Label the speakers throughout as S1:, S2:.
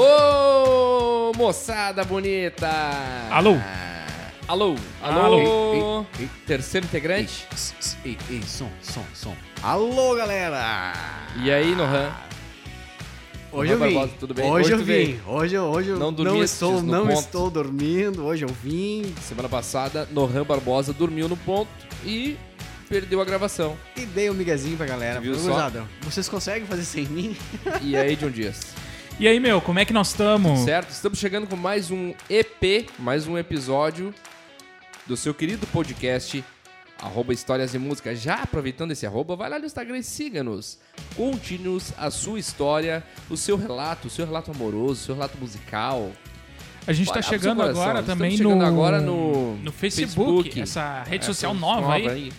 S1: Alô, moçada bonita!
S2: Alô.
S1: Alô! Alô!
S2: Alô.
S1: Ei, ei, ei. Terceiro integrante?
S3: Ei, ei, som, som, som. Alô, galera!
S1: E aí, Nohan?
S3: Hoje eu
S1: Olá,
S3: vim.
S1: Barbosa, tudo bem?
S3: Hoje,
S1: Hoje
S3: eu
S1: tu
S3: vim.
S1: veio.
S3: Hoje eu hoje eu
S1: Não
S3: não,
S1: dormistes
S3: estou,
S1: no
S3: não
S1: ponto.
S3: estou dormindo. Hoje eu vim
S1: Semana passada, Nohan Barbosa dormiu no ponto e perdeu a gravação.
S3: e dei um miguezinho pra galera.
S1: Viu
S3: Falei,
S1: só?
S3: "Gurizada, Vocês conseguem fazer sem mim?
S1: E aí, John Dias?
S2: E aí, meu, como é que nós estamos?
S1: Certo? Estamos chegando com mais um EP, mais um episódio do seu querido podcast, arroba Histórias e Música. Já aproveitando esse arroba, vai lá no Instagram e siga-nos. Conte-nos a sua história, o seu relato, o seu relato amoroso, o seu relato musical.
S2: A gente tá
S1: Olha, abre
S2: chegando
S1: seu coração.
S2: agora
S1: Estamos
S2: também
S1: chegando
S2: no,
S1: agora no
S2: no Facebook,
S1: Facebook. É,
S2: essa rede
S1: Essa
S2: social nova, aí.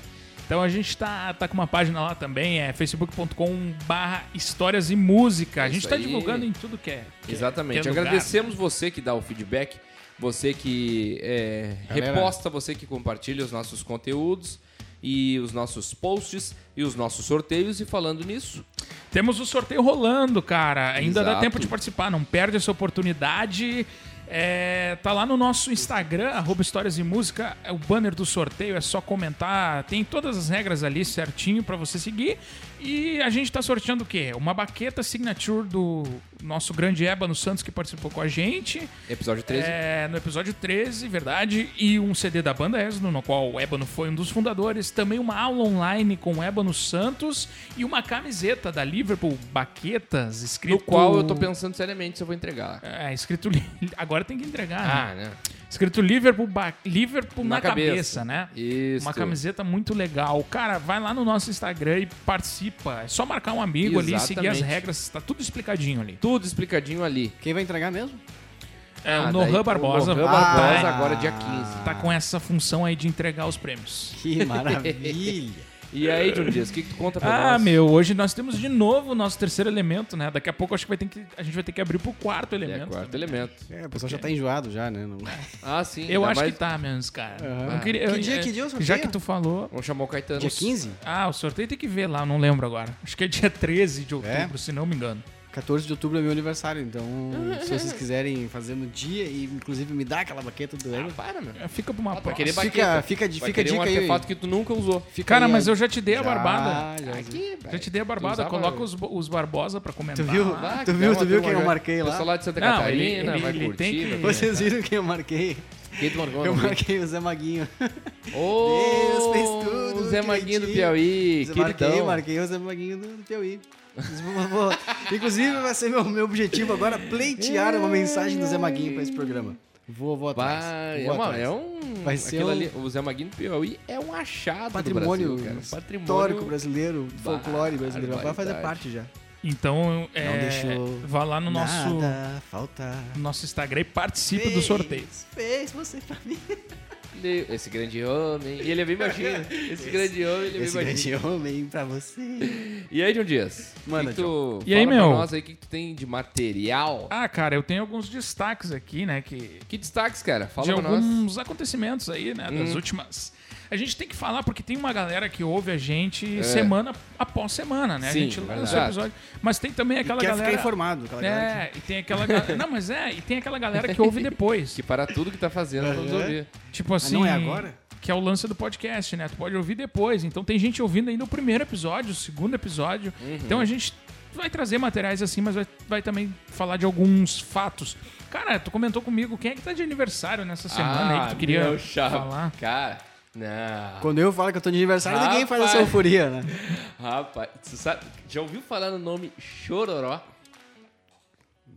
S2: Então a gente tá, tá com uma página lá também, é facebook.com barra histórias e música.
S1: É
S2: a gente
S1: isso
S2: tá
S1: aí.
S2: divulgando em tudo que é. que é-
S1: Exatamente.
S2: que é lugar.
S1: Agradecemos você que dá o feedback, você que é,
S3: Galera.
S1: reposta, você que compartilha os nossos conteúdos e os nossos posts e os nossos sorteios. E falando nisso,
S2: Temos o sorteio rolando, cara. Ainda dá
S1: Exato.
S2: tempo de participar, não perde essa oportunidade. É, tá lá no nosso Instagram, arroba Histórias e Música, é o banner do sorteio, é só comentar. Tem todas as regras ali certinho pra você seguir. E a gente tá sorteando o quê? Uma baqueta signature do nosso grande Ébano Santos que participou com a gente.
S1: episódio 13.
S2: É, no episódio 13, verdade, e um CD da banda Esno, no qual o Ébano foi um dos fundadores, também uma aula online com o Ébano Santos e uma camiseta da Liverpool Baquetas, escrito...
S1: No qual eu tô pensando seriamente se eu vou entregar.
S2: É, escrito... li- Agora tem que entregar, né?
S1: Ah, né?
S2: Escrito Liverpool, ba- Liverpool na,
S1: Na cabeça.
S2: cabeça. né?
S1: Isso.
S2: Uma camiseta muito legal. Cara, vai lá no nosso Instagram e participa. É só marcar um amigo ali, seguir as
S1: Exatamente.
S2: regras, tá tudo explicadinho ali.
S1: Tudo explicadinho ali.
S3: Quem vai entregar mesmo?
S2: É,
S1: Ah, daí
S2: o Nohan
S1: o
S2: Barbosa,
S1: Nohan
S2: vai-
S1: Barbosa
S2: tá-
S1: agora é dia 15.
S2: tá com essa função aí de entregar os prêmios.
S3: Que maravilha!
S1: E aí, John Dias, o que, que tu conta pra nós?
S2: Ah, meu, hoje nós temos de novo o nosso terceiro elemento, né? Daqui a pouco acho que, vai ter que a gente vai ter que abrir pro quarto elemento.
S1: É, quarto
S2: também.
S1: elemento.
S3: É, o pessoal já tá enjoado já, né? Não-
S1: Ah, sim.
S2: Eu
S1: ainda
S2: acho
S1: mais-
S2: que tá, menos, cara.
S3: Aham.
S2: Eu queria-
S3: Que
S2: eu-
S3: dia-
S2: é,
S3: que dia o sorteio?
S2: Já que tu falou.
S1: Vamos chamar o Caetano.
S3: Dia 15?
S2: Ah, o sorteio tem que ver lá, não lembro agora. Acho que é dia 13 de outubro, se não me engano.
S3: 14 de outubro é meu aniversário, então se vocês quiserem fazer no dia e inclusive me dá aquela baqueta do
S1: Ah,
S3: Ego.
S1: para, meu.
S2: É, Fica pra uma
S1: Ah, pra
S2: próxima.
S1: querer ba-
S3: Fica, fica, de-
S1: Vai
S3: fica a
S1: querer
S3: dica
S1: um
S3: aí.
S1: artefato que tu nunca usou.
S3: Fica
S2: Cara,
S3: aí
S2: mas
S3: a-
S2: eu já te dei a
S3: Já,
S2: barbada.
S3: já-
S2: Já te dei a barbada.
S1: usava-
S2: Coloca os, os Barbosa pra comentar.
S3: Tu viu?
S2: lá.
S1: Ah, que
S3: Tu viu-
S1: dá uma
S3: tu viu
S1: turma
S3: quem eu
S1: já-
S3: marquei lá?
S1: Pessoal lá de Santa
S2: Não,
S1: Catarina,
S2: ele-
S1: vai
S2: ele- ele
S1: curtir.
S2: tem que-
S1: vai-
S3: Vocês viram que eu marquei?
S1: Quem tu marcou?
S3: Eu
S1: Não vi.
S3: marquei o Zé Maguinho.
S1: Ô,
S3: Deus fez tudo,
S1: Zé Maguinho do
S3: queridinho.
S1: Piauí,
S3: Zé marquei,
S1: queridão.
S3: marquei o Zé Maguinho do, do Piauí. Vou- vou- Inclusive, vai ser meu, meu objetivo agora pleitear uma mensagem do Zé Maguinho pra esse programa. Vou, vou atrás.
S1: Vai, é,
S3: vou
S1: uma-
S3: atrás.
S1: é um.
S3: Vai ser
S1: aquilo
S3: um-
S1: ali, o Zé Maguinho do Piauí é um achado
S3: patrimônio,
S1: do Brasil, cara. Um Patrimônio
S3: histórico brasileiro, folclore brasileiro. Vai fazer
S1: barbaridade.
S3: parte já.
S2: Então, é,
S3: deixou
S2: vá lá no nosso,
S3: Nada falta.
S2: no nosso Instagram e participe do sorteio.
S3: Fez, Fez você pra mim.
S1: Ele- Esse grande homem. E ele é bem baixinho. Esse, grande homem, ele é bem
S3: Esse
S1: baixinho.
S3: grande homem pra você.
S1: E aí, John Dias?
S3: Manda,
S1: que que tu
S2: E aí,
S1: fala
S2: meu?
S1: Pra nós aí, o que, que tu tem de material?
S2: Ah, cara, eu tenho alguns destaques aqui, né? Que
S1: Que destaques, cara? Fala
S2: de
S1: pra nós. Hum.
S2: alguns acontecimentos aí, né? Das últimas. A gente tem que falar porque tem uma galera que ouve a gente semana após semana, né?
S1: É. Sim,
S2: a gente lança o
S1: verdade.
S2: episódio. Mas tem também aquela
S3: Quer
S2: galera.
S3: ficar informado. né, Aquela galera
S2: é, e tem aquela galera. Não, mas é, e tem aquela galera que ouve depois.
S1: Que para tudo que tá fazendo, vamos
S3: Aham.
S1: ouvir.
S2: tipo assim.
S3: não é agora?
S2: Que é o lance do podcast, né? Tu pode ouvir depois. Então tem gente ouvindo ainda o primeiro episódio, o segundo episódio. Então a gente vai trazer materiais assim, mas vai, vai também falar de alguns fatos. Cara, tu comentou comigo quem é que tá de aniversário nessa semana aí que tu queria
S1: Ah, meu chapa.
S2: falar.
S1: Cara, não.
S3: que- Quando eu falo que eu tô de aniversário, ninguém faz essa
S1: Rapaz.
S3: euforia, né?
S1: Rapaz, você sabe, já ouviu falar no nome Chororó?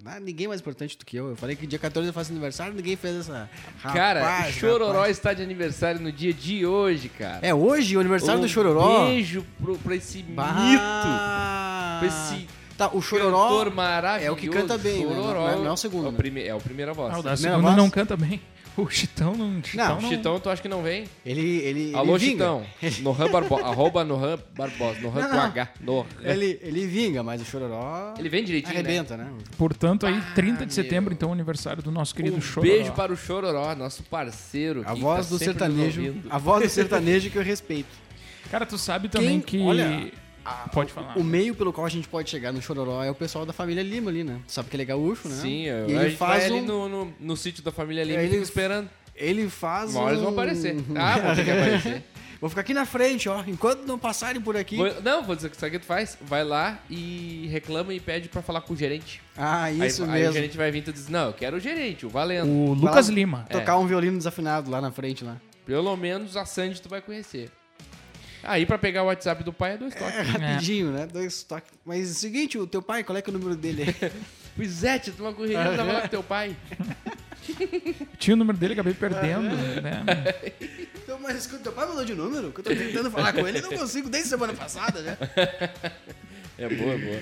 S3: Ah, ninguém mais importante do que eu. Eu falei que dia 14 eu faço aniversário, ninguém fez essa.
S1: cara,
S3: Rapaz,
S1: Chororó
S3: rapaz.
S1: está de aniversário no dia de hoje, cara.
S3: É hoje o aniversário
S1: um
S3: do Chororó.
S1: beijo pro, pra esse mito,
S3: Bah.
S1: pra esse
S3: Tá, o Chororó.
S1: cantor maravilhoso.
S3: é o que canta bem, né?
S1: Chororó.
S3: Não é- não é o segundo,
S1: É o,
S3: né?
S1: prime, é o primeiro voz.
S2: Ah, o
S1: Ah,
S2: da
S3: Primeira
S2: segunda
S3: voz?
S2: não canta bem. O Chitão não. Chitão não.
S1: Chitão, tu acha que não vem?
S3: Ele, ele.
S1: Alô,
S3: ele vinga.
S1: Chitão. Nohan Barbosa. arroba Nohan Barbosa. Nohan com
S3: Não. É.
S1: H. Nohan.
S3: Ele, ele vinga, mas o Chororó.
S1: Ele vem direitinho, né?
S3: arrebenta, né?
S2: Portanto, aí, 30 de
S1: meu.
S2: setembro, então, aniversário do nosso querido
S1: Um
S2: Chororó.
S1: beijo para o Chororó, nosso parceiro.
S3: A
S1: que
S3: voz
S1: tá
S3: do
S1: sempre nos
S3: sertanejo.
S1: ouvindo.
S3: A voz do sertanejo que eu respeito.
S2: Cara, tu sabe também
S3: Quem-
S2: que.
S3: olha, a-
S2: Pode
S3: o-
S2: falar.
S3: O meio pelo qual a gente pode chegar no Chororó é o pessoal da família Lima ali, né? Tu sabe que ele é gaúcho, né?
S1: Sim,
S3: e
S1: eu- a
S3: ele
S1: gente vai
S3: faz
S1: ali
S3: um,
S1: no, no, no sítio da família Lima
S3: Aí
S1: e fica
S3: ele-
S1: esperando.
S3: Ele faz
S1: Uma hora eles vão
S3: um-
S1: aparecer. Ah, vão ter que aparecer.
S3: Vou ficar aqui na frente, ó. Enquanto não passarem por aqui.
S1: Vou- não, vou dizer o que sabe o que tu faz? Vai lá e reclama e pede pra falar com o gerente.
S3: Ah,
S1: Aí-
S3: isso
S1: aí, o
S3: mesmo.
S1: gerente vai vir e tu diz, não, eu quero o gerente, o Valendo.
S2: O Lucas
S3: Fala-
S2: Lima.
S1: É.
S3: Tocar um violino desafinado lá na frente, lá.
S1: Pelo menos a Sandy tu vai conhecer. Aí pra pegar o WhatsApp do pai é dois toques.
S3: Rapidinho, né? Dois toques. Mas é o seguinte, o teu pai, qual é que é o número dele?
S1: Pois é, tia, tu uma correria, não tava lá com teu pai.
S2: Tinha o número dele, acabei perdendo. né?
S3: então, mas escuta, teu pai mudou de número? Que eu tô tentando falar com ele e não consigo desde semana passada, né?
S1: É boa, boa.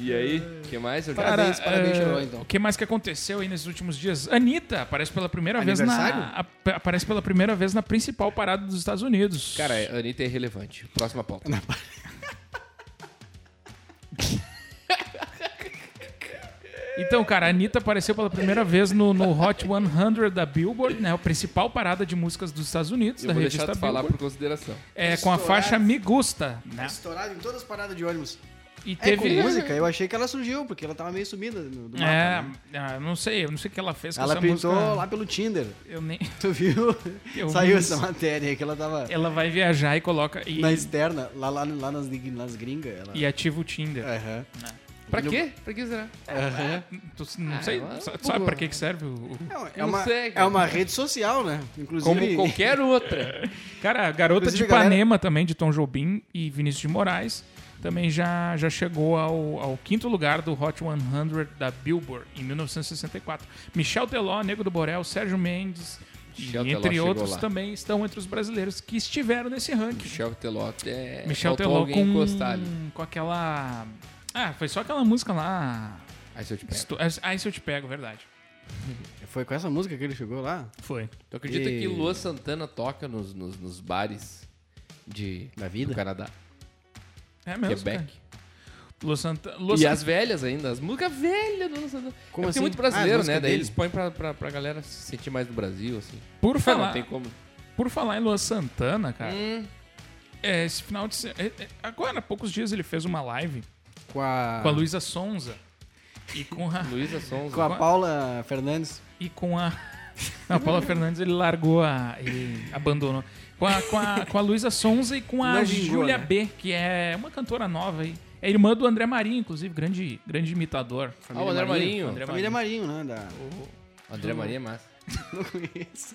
S1: E aí, o que mais? Eu já-
S3: Cara, Parabéns,
S2: eh,
S3: parabéns, Chororó, então.
S2: O que mais que aconteceu aí nesses últimos dias? Anitta aparece pela primeira vez na.
S3: Aniversário?
S2: ap- Aparece pela primeira vez na principal parada dos Estados Unidos.
S1: Cara, a Anitta é irrelevante. Próxima pauta.
S2: Então, cara, a Anitta apareceu pela primeira vez no, no Hot 100 da Billboard, né? A principal parada de músicas dos Estados Unidos,
S1: Eu
S2: da
S1: vou
S2: revista
S3: tá
S1: deixar tu falar
S2: Billboard.
S1: por consideração.
S2: É, com a
S3: Estourado.
S2: faixa Me Gusta,
S1: É.
S2: né?
S3: Estourado em todas as paradas de ônibus.
S2: E
S3: É,
S2: teve.
S3: com música, eu achei que ela surgiu, porque ela tava meio sumida no- do mapa,
S2: É,
S3: né?
S2: ah, não sei, eu não sei o que ela fez com
S3: Ela
S2: essa
S3: pintou
S2: música.
S3: lá pelo Tinder.
S2: Eu nem...
S3: Tu viu?
S2: Eu
S3: Saiu
S2: vi
S3: essa
S2: isso.
S3: matéria aí que ela tava
S2: Ela vai viajar e coloca. E,
S3: na externa, lá, lá, lá nas, nas gringas. Ela...
S2: e ativa o Tinder.
S3: Aham.
S1: Pra quê? né? Pra que será?
S2: Tu s-
S3: Ah,
S2: não sei,
S1: ela-
S2: sa- sabe pra
S3: né?
S2: que, que serve o. o-
S3: É uma- É,
S1: Não
S3: uma,
S1: sei,
S3: é
S1: cara.
S3: uma rede social, né? Inclusive.
S1: Como qualquer outra.
S2: Cara, a garota
S3: Inclusive,
S2: de
S3: a galera-
S2: Ipanema também, de Tom Jobim e Vinícius de Moraes, também já, já chegou ao, ao quinto lugar do Hot 100 da Billboard em 1964. Michel Teló, Nego do Borel, Sérgio Mendes,
S1: Michel
S2: e
S1: Teló
S2: entre
S1: chegou
S2: outros,
S1: lá.
S2: também estão entre os brasileiros que estiveram nesse ranking.
S1: Michel Teló. É,
S2: Michel
S1: faltou
S2: Teló
S1: alguém encostar ali.
S2: com, com aquela. Ah, foi só aquela música lá.
S1: Aí se eu te pego.
S2: Estu- Ah, Aí se eu te pego, verdade.
S3: Foi com essa música que ele chegou lá?
S2: Foi.
S1: Tu acredita
S3: E-
S1: que Luan Santana toca nos, nos, nos bares de,
S3: Da vida?
S1: do Canadá?
S2: É mesmo.
S1: Quebec.
S2: cara. Lu Santa... Lu
S1: E
S2: Santa-
S1: as velhas ainda, as músicas velhas do Luan Santana. É
S3: Como
S1: porque
S3: assim?
S1: é muito brasileiro,
S3: Ah, as
S1: né?
S3: músicas
S1: Daí
S3: dele.
S1: eles põem pra, pra, pra galera se sentir mais do Brasil, assim.
S2: Por
S1: Ah,
S2: falar,
S1: Não tem como.
S2: por falar em Luan Santana, cara.
S3: Hum.
S2: é, esse final de se- é, é, agora há poucos dias ele fez uma live
S3: Com a.
S2: com a Luísa Sonza e com a
S1: Luísa Sonza.
S3: com a Paula Fernandes.
S2: e com a não, a Paula Fernandes ele largou a ele abandonou com a com a, com a Luísa Sonza e com a
S3: Não vingou,
S2: Júlia
S3: né?
S2: B, que é uma cantora nova aí. É irmã do André Marinho, inclusive, grande grande imitador.
S1: Ah, o André Marinho.
S2: André
S3: Família
S2: Marinho.
S3: Marinho, né? Da...
S1: André Marinho é massa.
S3: Não conheço.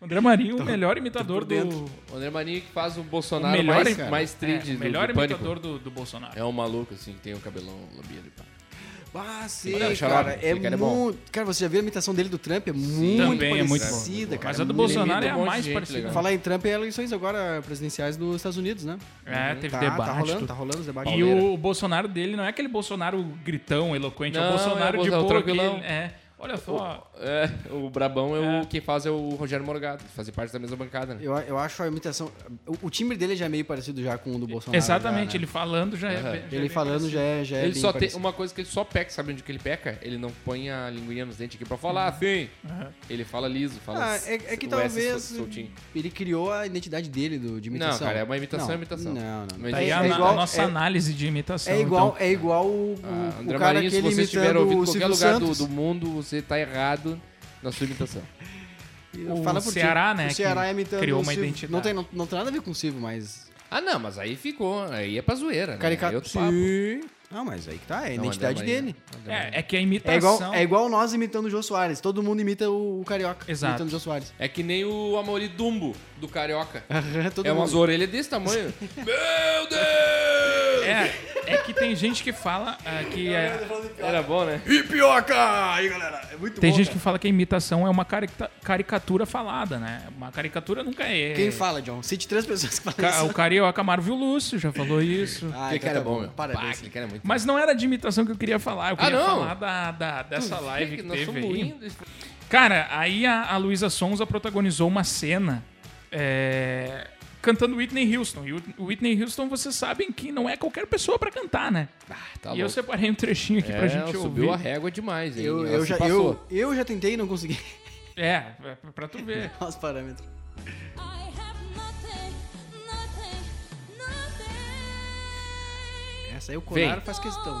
S2: André Marinho, o melhor imitador
S3: por dentro.
S2: do
S1: O André Marinho que
S3: um
S1: faz o Bolsonaro
S2: O melhor,
S1: mais,
S3: cara.
S1: mais triste
S2: é, o
S1: do,
S2: melhor
S1: do Pânico.
S2: imitador do, do Bolsonaro.
S1: É um maluco, assim, que tem um cabelão lambido. e pá.
S3: Ah, sim,
S1: Olha, o xarope,
S3: cara. É
S1: esse cara é bom.
S3: muito. Cara, você já viu a imitação dele do Trump? É muito
S2: Também é muito bom.
S3: parecida, cara.
S2: Mas a do
S3: Muito-
S2: Bolsonaro é a
S1: imita um monte de
S2: mais
S1: gente
S2: parecida.
S1: legal.
S3: Falar em Trump é eleições agora presidenciais dos Estados Unidos, né?
S2: É, teve
S3: tá,
S2: debate.
S3: tá rolando,
S2: tudo.
S3: tá rolando os debates.
S2: E o Bolsonaro dele não é aquele Bolsonaro gritão, eloquente, é o
S1: Não,
S2: Bolsonaro
S1: é o
S2: de boa.
S1: Bolsonaro tranquilão.
S2: que ele- é. Olha só.
S1: É, o Brabão é,
S2: É.
S1: o que faz é o Rogério Morgado, fazer parte da mesma bancada, né?
S3: Eu, eu acho a imitação. O, o timbre dele já é meio parecido já com o do Bolsonaro.
S2: Exatamente,
S3: já, né?
S2: ele falando já é.
S1: Aham.
S2: já é
S3: ele,
S2: bem
S3: falando já é. Já é
S1: ele
S3: bem
S1: só tem
S3: parecido.
S1: uma coisa que ele só peca, sabe onde que ele peca? Ele não põe a linguinha nos dentes aqui pra falar,
S2: Uhum.
S1: assim. Ele fala liso, fala
S3: Ah,
S1: s-
S3: é, é que
S1: o S
S3: talvez
S1: sol- soltinho.
S3: ele criou a identidade dele do, de imitação.
S1: Não, cara, é uma imitação,
S3: Não,
S1: é imitação.
S3: Não, não. não.
S1: Mas
S2: Tá aí
S1: É
S2: a, na-
S1: igual-
S2: a nossa
S3: é-
S2: análise de imitação.
S3: É igual,
S2: então.
S3: é igual o, o-
S1: Ah, André
S3: o cara
S1: Marinho, se
S3: que ele
S1: vocês tiverem
S3: imitando
S1: ouvido em
S3: o
S1: qualquer
S3: Silvio
S1: lugar do,
S3: Santos.
S1: do mundo, você tá errado na sua imitação.
S2: o
S3: Fala por ti.
S2: Ceará, né,
S3: O Ceará
S2: que
S3: imitando
S2: criou
S3: o
S2: uma
S3: Silvio.
S2: identidade.
S3: Não tem, não, não tem nada a ver com o Silvio, mas...
S1: ah, não, mas aí ficou. Aí é pra zoeira, né? Aí é
S3: Caricato.
S1: outro papo.
S3: Sim. Ah, mas aí que tá, é a
S1: Não,
S3: identidade
S1: André Marinho,
S3: dele.
S1: André Marinho.
S2: É, é que a
S3: É igual,
S2: imitação.
S3: é igual nós imitando o Jô Soares. Todo mundo imita o, o Carioca.
S2: Exato.
S3: Imitando o Jô Soares.
S1: É que nem o Amori Dumbo, do Carioca.
S3: Todo
S1: é
S3: mundo.
S1: umas orelhas desse tamanho. Meu Deus!
S2: É, é que tem gente que fala ah, que. é-
S1: Era bom, né?
S3: E pioca! Aí, galera, é muito
S2: tem
S3: bom,
S2: gente
S3: cara.
S2: que fala que a imitação é uma carica- caricatura falada, né? Uma caricatura nunca é.
S3: Quem fala, John? Cite três pessoas que falam
S2: Ca-
S3: isso.
S2: O Carioca Marvio Lúcio já falou isso.
S3: Ah,
S1: Aquele cara é bom, meu. Pá,
S3: Parabéns.
S1: aquele cara é muito
S2: Mas não era de imitação que eu queria falar.
S3: Ah,
S2: Eu queria
S1: não?
S2: falar da, da- dessa
S1: bom.
S2: live que,
S1: Nós
S2: teve
S1: somos
S2: aí.
S1: lindos.
S2: Cara, aí a, a Luísa Sonza protagonizou uma cena é, cantando Whitney Houston. E o Whitney Houston, vocês sabem que não é qualquer pessoa pra cantar, né?
S1: Ah, tá
S2: e eu
S1: louco.
S2: separei um trechinho aqui pra
S1: É,
S2: gente
S1: subiu
S2: ouvir.
S1: a régua demais, hein?
S3: Eu,
S1: Ela
S3: eu,
S1: se
S3: já,
S1: passou.
S3: eu, eu já tentei e não consegui
S2: É, pra- pra tu ver.
S3: os parâmetros.
S4: I have nothing, nothing, nothing.
S3: Essa aí o Colar
S1: Vem.
S3: faz questão.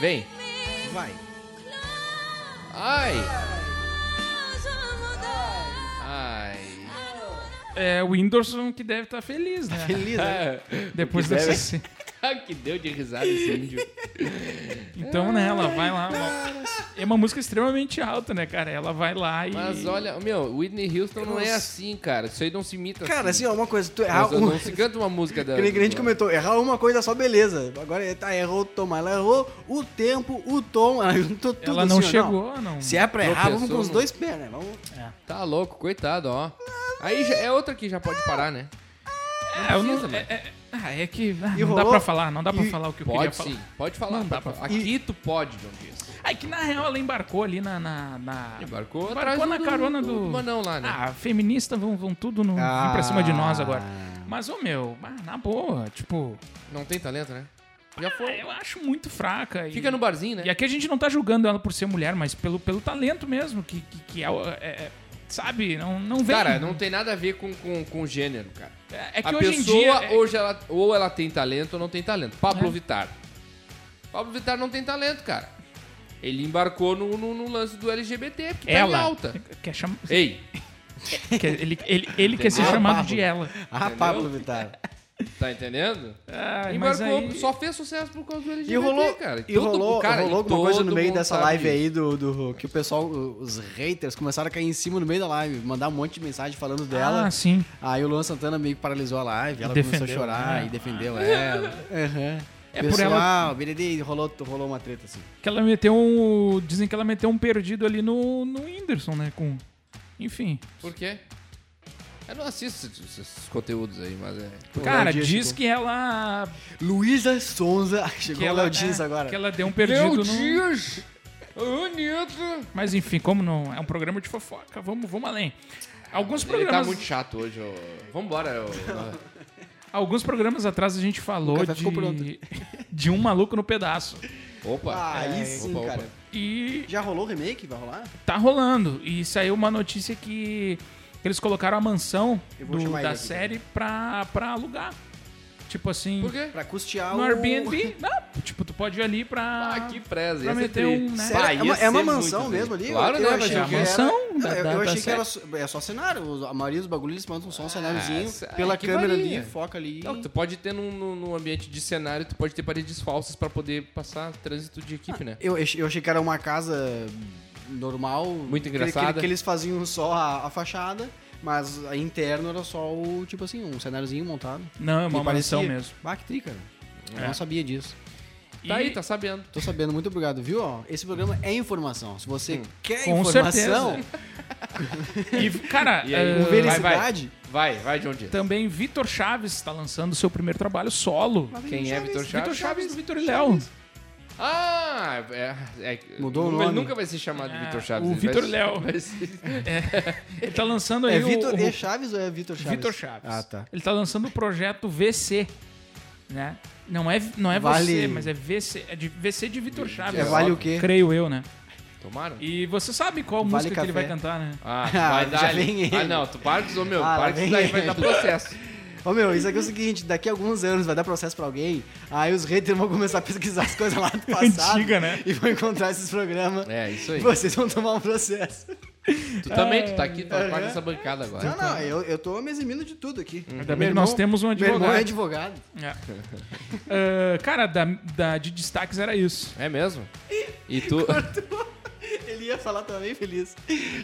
S1: Vem.
S3: Vai.
S1: Ai. Ai.
S2: É o Whindersson que deve estar feliz, né?
S3: Feliz, né?
S2: Depois
S1: Que
S2: dessa.
S1: deve-
S2: se-
S1: Ah, que deu de risada esse índio.
S2: Então, né, ela vai lá. ó. É uma música extremamente alta, né, cara? Ela vai lá e.
S1: Mas olha, meu, Whitney Houston não é
S3: Nossa.
S1: assim, cara. Isso aí não se imita
S3: Cara, assim, ó, uma coisa, tu errar
S1: Mas
S3: um.
S1: não se canta uma música tipo, da.
S3: Que nem que a gente comentou, errar uma coisa é só, beleza. Agora é, tá, errou o tom, ela errou o tempo, o tom, ela juntou tudo
S2: Ela não
S3: assim, ó,
S2: chegou, não.
S3: Se é pra errar, vamos com
S1: Tropeçou
S3: os
S1: no-
S3: dois pés, né? Vamos.
S1: Tá louco, coitado, ó. Aí já- é outra que já pode parar, né?
S2: É, eu
S1: precisa,
S2: não,
S1: né?
S2: é, é- ah, é que ah,
S3: E
S2: não dá
S3: rolou?
S2: pra falar, não dá pra
S3: E-
S2: falar o que eu queria
S1: Pode
S2: falar.
S1: sim, pode falar.
S2: Não dá
S1: pode
S2: pra
S1: falar. Aqui tu pode, John Dias.
S2: É que na real ela embarcou ali na. na, na-
S1: Embarcou,
S2: Embarcou na carona do.
S1: Manão lá, né? Ah.
S2: Ah, feministas vão, vão tudo no, vir pra cima de nós agora. Mas, ô meu, ah, na boa, tipo.
S1: Não tem talento, né? Já
S2: ah,
S1: foi.
S2: Eu acho muito fraca. e-
S1: Fica no barzinho, né?
S2: E aqui a gente não tá julgando ela por ser mulher, mas pelo, pelo talento mesmo, que, que, que é, o- é- é- Sabe? Não, não vem.
S1: Cara, não tem nada a ver com, com, com gênero, cara.
S2: É, é que
S1: a
S2: hoje
S1: pessoa,
S2: em dia. é-
S1: hoje ela, ou ela tem talento ou não tem talento. Pablo
S2: É.
S1: Vittar. Pablo Vittar não tem talento, cara. Ele embarcou no, no- no lance do LGBT, porque tá
S2: ela.
S1: em alta.
S2: Quer cham...
S1: Ei,
S2: quer- ele ele, ele quer ser
S3: Ah,
S2: chamado
S3: Pablo.
S2: de ela.
S3: Ah, Pablo Vittar.
S1: tá entendendo?
S2: Ah, mas
S1: embarcou,
S2: aí-
S1: só fez sucesso por causa do LGBT,
S3: E rolou,
S1: é cara.
S3: e
S1: Todo-
S3: rolou,
S1: cara,
S3: rolou
S1: e
S3: alguma coisa
S1: todo
S3: no meio
S1: mundo
S3: dessa
S1: sabe
S3: live
S1: disso.
S3: aí do, do- que o pessoal, o- os haters começaram a cair em cima no meio da live, mandar um monte de mensagem falando dela.
S2: Ah, sim.
S3: Aí o Luan Santana meio que paralisou a live, ela começou a
S2: defendeu,
S3: chorar
S2: né?
S3: e defendeu ela. Aham.
S2: É por
S3: Pessoal,
S2: ela-
S3: BDD, rolou, rolou uma treta assim.
S2: Que ela meteu um. Dizem que ela meteu um perdido ali no, no Whindersson, né? Com. Enfim.
S1: Por quê? Eu não assisto esses, esses conteúdos aí, mas é...
S3: O
S2: Cara,
S3: Léo Dias
S2: diz
S3: um chegou.
S2: que ela.
S3: Luísa Sonza. Chegou
S2: Que
S3: o
S2: ela,
S3: Léo Dias
S2: é,
S3: agora.
S2: Que ela deu um perdido no.
S1: Dias! Anitta!
S2: Mas enfim, como não é um programa de fofoca, vamos, vamos além. Alguns
S1: Ele tá
S2: programas,
S1: muito chato hoje, ô. Vambora, ô.
S2: alguns programas atrás a gente falou
S3: café ficou pronto.
S2: de, de um maluco no pedaço.
S1: Opa! É,
S3: Ah, aí sim,
S1: opa, opa.
S3: cara.
S2: E
S3: Já rolou o remake? Vai rolar?
S2: tá rolando. E saiu uma notícia que eles colocaram a mansão
S3: Eu vou
S2: do-
S3: chamar ele
S2: da
S3: aqui.
S2: série pra, pra alugar. Tipo assim,
S1: Por quê?
S3: Pra custear
S2: no
S3: o...
S2: Airbnb. Não, tipo, tu pode ir ali pra.
S1: Ah, que preza.
S2: pra
S1: ia ser
S2: meter
S1: tri.
S2: um, né?
S1: Bah,
S3: Sério? é,
S1: ia
S3: uma, é
S1: ser
S3: uma
S1: muito
S3: mansão
S1: tri.
S3: mesmo ali?
S1: Claro,
S3: eu,
S1: né?
S3: eu
S1: Mas
S3: achei
S1: é
S3: que
S1: uma
S2: mansão da-
S3: Era... Eu,
S2: da-
S3: eu
S2: da
S3: achei que
S2: série.
S3: era só- é só cenário. os- A maioria dos bagulhos eles mandam
S2: Ah,
S3: só um cenáriozinho
S1: sério?
S3: pela
S1: Que
S3: câmera
S1: varia.
S3: ali, foca ali.
S2: É
S1: Não, tu pode ter num, num- num ambiente de cenário, tu pode ter paredes falsas pra poder passar trânsito de equipe, né?
S3: Eu, eu achei que era uma casa normal.
S1: Muito
S3: que- que-
S1: engraçada.
S3: Que, eles faziam só a, a fachada, mas a interno era só o, tipo assim, um cenáriozinho montado.
S2: Não, é uma
S3: Me
S2: mansão
S3: parecia-
S2: mesmo. É.
S3: Bah, que tri, cara. Eu não sabia disso.
S1: Tá
S2: Ah, E-
S1: aí, tá sabendo.
S3: Tô sabendo, muito obrigado, viu? Ó, esse programa é informação. Se você quer
S2: Com
S3: informação,
S2: E, cara,
S1: E aí,
S2: eh,
S3: com
S1: vai, vai.
S3: veracidade,
S1: Vai, vai, John Dias.
S2: também Vitor Chaves está lançando seu primeiro trabalho solo.
S1: Quem é Vitor Chaves?
S2: Vitor Chaves do Vitor e Léo.
S1: Ah, é, é-
S3: Mudou o
S1: nunca- Ele
S3: nome.
S1: nunca vai ser chamado de
S2: É,
S1: Vitor Chaves.
S2: o
S1: ele vai
S2: Vitor
S1: se-
S2: Léo.
S1: vai se-
S2: Ele tá lançando aí
S3: é
S2: o-
S3: Vitor
S2: o,
S3: E. Chaves ou é Vitor Chaves?
S2: Vitor Chaves.
S3: Ah, tá.
S2: Ele tá lançando o projeto VC, né? Não é, não é
S3: Vale-
S2: você, mas é VC, é de VC de Vitor Chaves.
S3: É, vale o quê?
S2: Creio eu, né?
S1: Tomaram?
S2: E você sabe qual
S3: Vale
S2: música que ele
S3: café.
S2: vai cantar, né?
S1: Ah,
S3: Ah,
S1: vai
S3: já
S1: dar. ali.
S3: vem ele.
S1: Ah, não, tu para de meu,
S3: Ah, lá
S1: para que isso
S3: vem
S1: daí vai dar
S3: ele.
S1: processo.
S3: Ô meu, isso aqui é o seguinte, daqui a alguns anos vai dar processo pra alguém, aí os haters vão começar a pesquisar as coisas lá do passado
S2: Antiga, né?
S3: e vão encontrar esses programas.
S1: É, isso aí.
S3: Vocês vão tomar um processo.
S1: Tu também, tu tá aqui, tu
S3: Aham.
S1: paga essa bancada agora.
S3: Não, não, eu, eu tô me eximindo de tudo aqui.
S2: Ainda bem
S3: Meu
S2: que nós
S3: irmão-
S2: temos um
S3: Meu irmão é
S2: advogado.
S3: advogado.
S2: É. Ah, cara, da, da- de destaques era isso.
S1: É mesmo? E tu.
S3: Ele ia falar também feliz.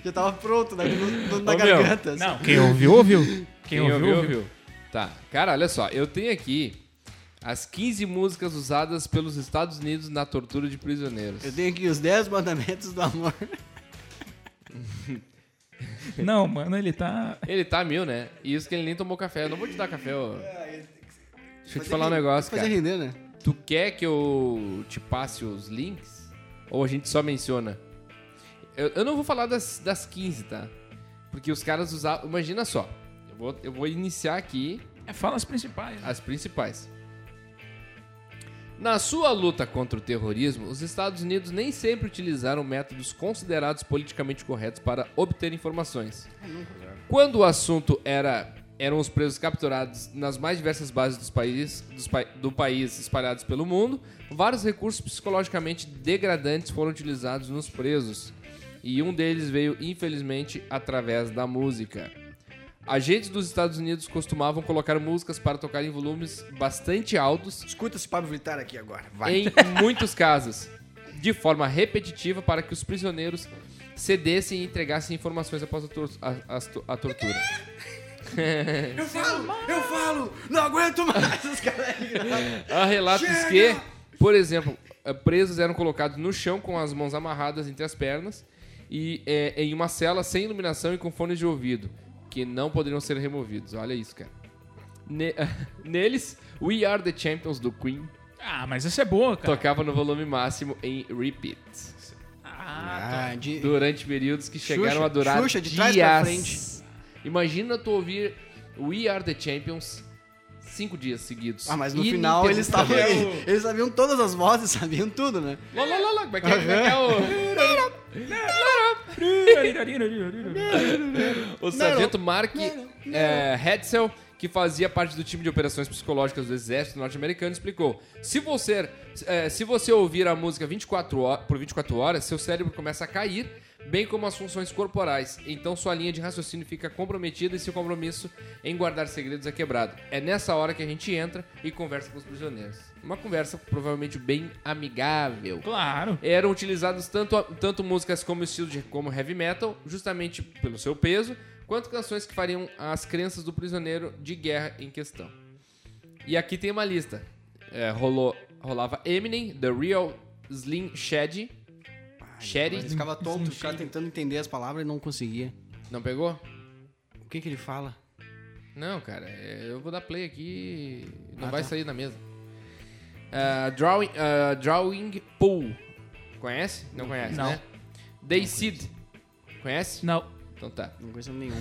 S3: Já tava pronto né? na, no- na
S1: Ô, meu,
S3: garganta. assim.
S2: Não, quem ouviu, ouviu. Quem, ouviu, ouviu.
S1: Tá. Cara, olha só, eu tenho aqui as 15 músicas usadas pelos Estados Unidos na tortura de prisioneiros.
S3: Eu tenho aqui os 10 mandamentos do amor.
S2: Não, mano, ele tá.
S1: Ele tá mil, né? E isso que ele nem tomou café. Eu não vou te dar café,
S3: É,
S1: ô. Deixa eu te falar um negócio,
S3: Fazer
S1: cara.
S3: render, né?
S1: Tu quer que eu te passe os links? Ou a gente só menciona? Eu, eu não vou falar das, das 15, tá? Porque os caras usavam. Imagina só. Eu vou, eu vou iniciar aqui
S2: É, fala as principais. né?
S1: as principais. Na sua luta contra o terrorismo, os Estados Unidos nem sempre utilizaram métodos considerados politicamente corretos para obter informações. Quando o assunto era eram os presos capturados nas mais diversas bases dos países, dos pa- do país espalhados pelo mundo. Vários recursos psicologicamente degradantes foram utilizados nos presos. E um deles veio, infelizmente, através da música. Agentes dos Estados Unidos costumavam colocar músicas para tocar em volumes bastante altos
S3: Escuta esse Pablo Vittar aqui agora. Vai.
S1: em muitos casos, de forma repetitiva para que os prisioneiros cedessem e entregassem informações após a, tor- a- as to- a tortura.
S3: Eu falo, eu falo, não aguento mais os caras.
S1: Há relatos
S3: Chega!
S1: que, por exemplo, eh, presos eram colocados no chão com as mãos amarradas entre as pernas e eh, em uma cela sem iluminação e com fones de ouvido, que não poderiam ser removidos. Olha isso, cara. Ne- Neles, We Are the Champions do Queen
S2: Ah, mas essa é boa, cara.
S1: tocava no volume máximo em repeat.
S2: Ah,
S3: Ah, de...
S1: durante períodos que chegaram
S3: Xuxa,
S1: a durar
S3: Xuxa, de
S1: dias.
S3: trás pra frente.
S1: Imagina tu ouvir We Are The Champions cinco dias seguidos.
S3: Ah, mas no
S1: E
S3: final eles
S1: ininterrupto.
S3: estavam. Eles sabiam todas as vozes, sabiam tudo, né?
S1: Lá, lá, lá, lá, como é que é, como é que é o... O sargento Mark eh, Hetzel, que fazia parte do time de operações psicológicas do exército norte-americano, explicou: se você, eh, se você ouvir a música 24 ho- por 24 horas, seu cérebro começa a cair, bem como as funções corporais. Então sua linha de raciocínio fica comprometida e seu compromisso em guardar segredos é quebrado. É nessa hora que a gente entra e conversa com os prisioneiros. Uma conversa provavelmente bem amigável
S2: Claro.
S1: eram utilizados tanto, tanto músicas como estilo de como heavy metal, justamente pelo seu peso, quanto canções que fariam as crenças do prisioneiro de guerra em questão. E aqui tem uma lista. É, rolou, rolava Eminem, The Real, Slim Shady. Shady?
S3: Ele ficava tonto, ficava tentando entender as palavras e não conseguia.
S1: Não pegou?
S3: O que que ele fala?
S1: Não, cara, é, eu vou dar play aqui. Não vai sair na mesa. Ah, drawing, ah, drawing Pool. Conhece? Não conhece,
S2: Não.
S1: né? They Seed. Conhece?
S2: Não.
S1: Então tá.
S3: Não conheço nenhum.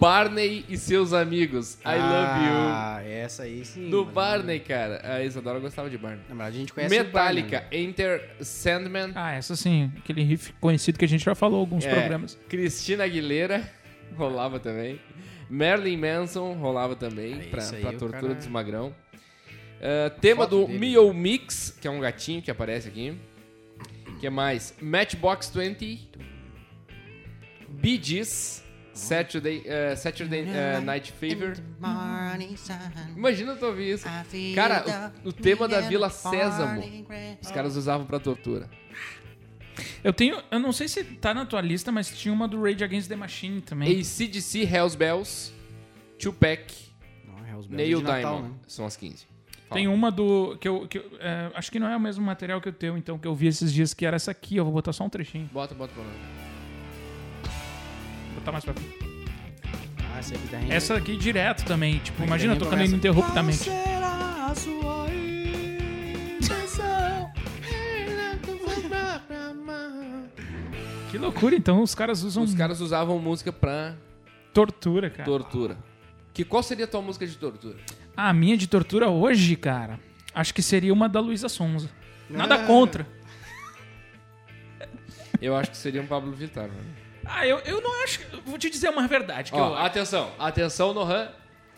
S1: Barney e seus amigos. I love
S3: Ah, essa aí sim.
S1: you. Do
S3: mano.
S1: Barney, cara. A Isadora gostava de Barney.
S3: Na verdade, a gente conhece o Barney,
S1: Metallica,
S3: né?
S1: Enter Sandman,
S2: Ah, essa sim. Aquele riff conhecido que a gente já falou em alguns
S1: É.
S2: programas.
S1: Cristina Aguilera, rolava também. Marilyn Manson, rolava também,
S3: Aí,
S1: pra,
S3: isso Ah, aí, é
S1: pra
S3: o
S1: tortura
S3: cara- né?
S1: dos magrão. Ah, tema
S3: Foto
S1: do
S3: dele.
S1: Mio Mix, que é um gatinho que aparece aqui. que mais? Matchbox 20, Bee Gees, Saturday, ah, Saturday ah, Night Fever.
S4: Morning sun.
S1: Imagina tu ouvir
S3: Ah,
S1: isso.
S4: I feel
S1: Cara, o- o
S4: the
S1: tema da Vila
S4: morning
S1: Sésamo.
S4: rain.
S1: Os caras usavam pra tortura.
S2: Eu tenho. Eu não sei se tá na tua lista, mas tinha uma do Rage Against the Machine também.
S1: ACDC, Hells Bells, Tupac,
S3: Não, é os Belos
S1: Neil
S3: de Natal,
S1: Diamond.
S3: né?
S1: São as 15. Fala.
S2: Tem uma do. que eu. que eu- é, acho que não é o mesmo material que o teu, então, que eu vi esses dias, que era essa aqui. Eu vou botar só um trechinho.
S1: Bota, bota, bota.
S2: Vou botar mais pra frente.
S3: Ah, essa é da Henry.
S2: Essa aqui direto também. Tipo, imagina
S3: daí
S2: tocando
S3: começa.
S2: ininterruptamente. Que loucura, então. Os caras usam
S1: Os caras usavam música pra
S2: tortura, cara.
S1: tortura. Que qual seria a tua música de tortura?
S2: Ah, A minha de tortura hoje, cara, acho que seria uma da Luísa Sonza. Nada contra.
S1: Eu acho que seria um Pablo Vittar, mano.
S2: Ah, eu, eu não acho. que- Vou te dizer uma verdade. Que
S1: Ó,
S2: eu,
S1: atenção, atenção, Nohan.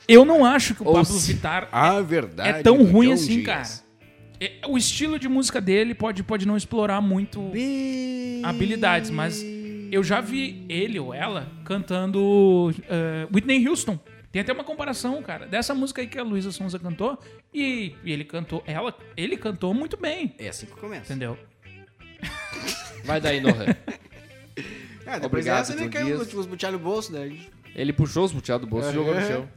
S2: eu não acho que o
S1: Ou
S2: Pablo
S1: se-
S2: Vittar
S3: A verdade.
S2: é tão
S3: do
S2: ruim
S3: John
S2: assim,
S3: um Dias.
S2: cara. É, O estilo de música dele pode, pode não explorar muito
S3: né?
S2: habilidades, mas eu já vi ele ou ela cantando eh, Whitney Houston. Tem até uma comparação, cara, dessa música aí que a Luísa Sonza cantou e, e ele cantou, ela, ele cantou muito bem,
S3: É assim que começa.
S2: entendeu?
S1: Vai daí, Nohan.
S3: Ah, depois
S1: Obrigado,
S3: essa ele
S1: John
S3: caiu
S1: Dias.
S3: os, os butear no bolso, né? A gente
S1: Ele puxou os buteados do bolso e jogou no chão.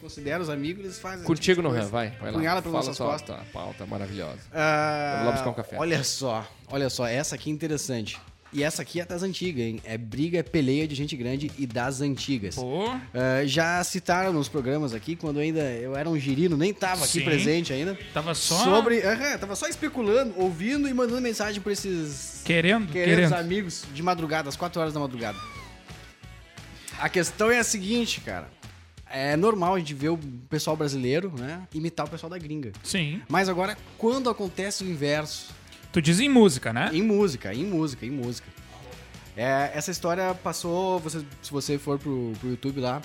S3: considera os amigos, eles fazem.
S1: Contigo, Nohan, vai. Vai lá.
S3: Punhada pelas
S1: Fala
S3: nossas
S1: sua
S3: costas.
S1: tua pauta maravilhosa.
S3: Ah,
S1: Eu vou lá buscar um café.
S3: Olha só, olha só, essa aqui é interessante. E essa aqui é das antigas, hein? É briga, é peleia de gente grande e das antigas.
S2: Pô,
S3: Ah, já citaram nos programas aqui, quando ainda eu era um girino, nem tava aqui
S2: Sim.
S3: presente ainda.
S2: tava só
S3: Sobre. Aham, tava só especulando, ouvindo e mandando mensagem pra esses
S2: querendo,
S3: queridos
S2: querendo.
S3: amigos de madrugada, às 4 horas da madrugada. A questão é a seguinte, cara. É normal a gente ver o pessoal brasileiro, né? Imitar o pessoal da gringa.
S2: Sim.
S3: Mas agora, quando acontece o inverso?
S2: Tu diz em música, né?
S3: Em música, em música, em música. É, essa história passou, você- se você for pro, pro YouTube lá,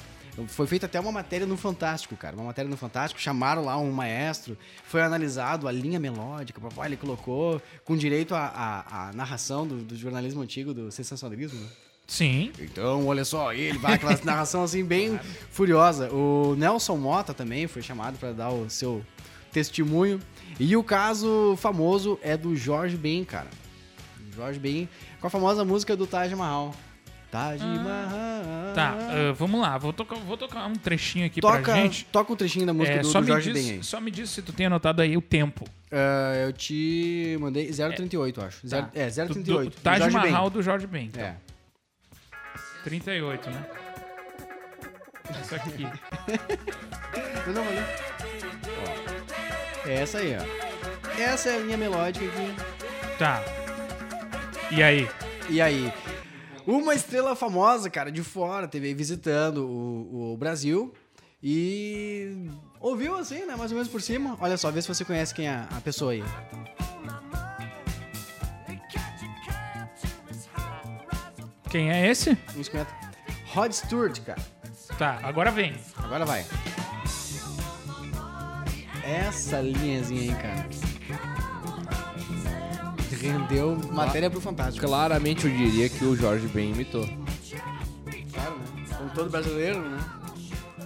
S3: Foi feita até uma matéria no Fantástico, cara. Uma matéria no Fantástico, chamaram lá um maestro, foi analisado a linha melódica, papai, ele colocou com direito à- à à narração do, do jornalismo antigo, do sensacionalismo, né?
S2: Sim.
S3: Então, olha só, e ele vai aquela narração assim bem furiosa. O Nelson Mota também foi chamado para dar o seu testemunho. E o caso famoso é do Jorge Ben, cara. Jorge Ben com a famosa música do Taj Mahal. Taj Mahal.
S2: Ah. Tá, ah, vamos lá. Vou tocar, vou tocar um trechinho aqui pra
S3: toca,
S2: gente.
S3: toca um trechinho da música
S2: É,
S3: do,
S2: só,
S3: do
S2: me
S3: Jorge Ben aí.
S2: diz, só me diz se tu tem anotado aí o tempo.
S3: Ah, eu te mandei 038, acho. Zero,
S2: É, Tá.
S3: é,
S2: Do- do-
S3: 038. do
S2: Taj
S3: Jorge Ben.
S2: Mahal do Jorge Ben. então.
S3: É.
S2: 38, né? Essa aqui.
S3: Eu não vou ler. Ó, é essa aí, ó. Essa é a linha melódica aqui.
S2: Tá. E aí?
S3: E aí? Uma estrela famosa, cara, de fora, teve visitando o, o Brasil e ouviu assim, né? Mais ou menos por cima. Olha só, vê se você conhece quem é a pessoa aí.
S2: Quem é esse?
S3: 1,50. Rod Stewart, cara.
S2: Tá, agora vem.
S3: Agora vai. Essa linhazinha aí, cara. Rendeu matéria é pro Fantástico.
S1: Claramente eu diria que o Jorge Ben imitou.
S3: Claro, né? Como todo brasileiro, né?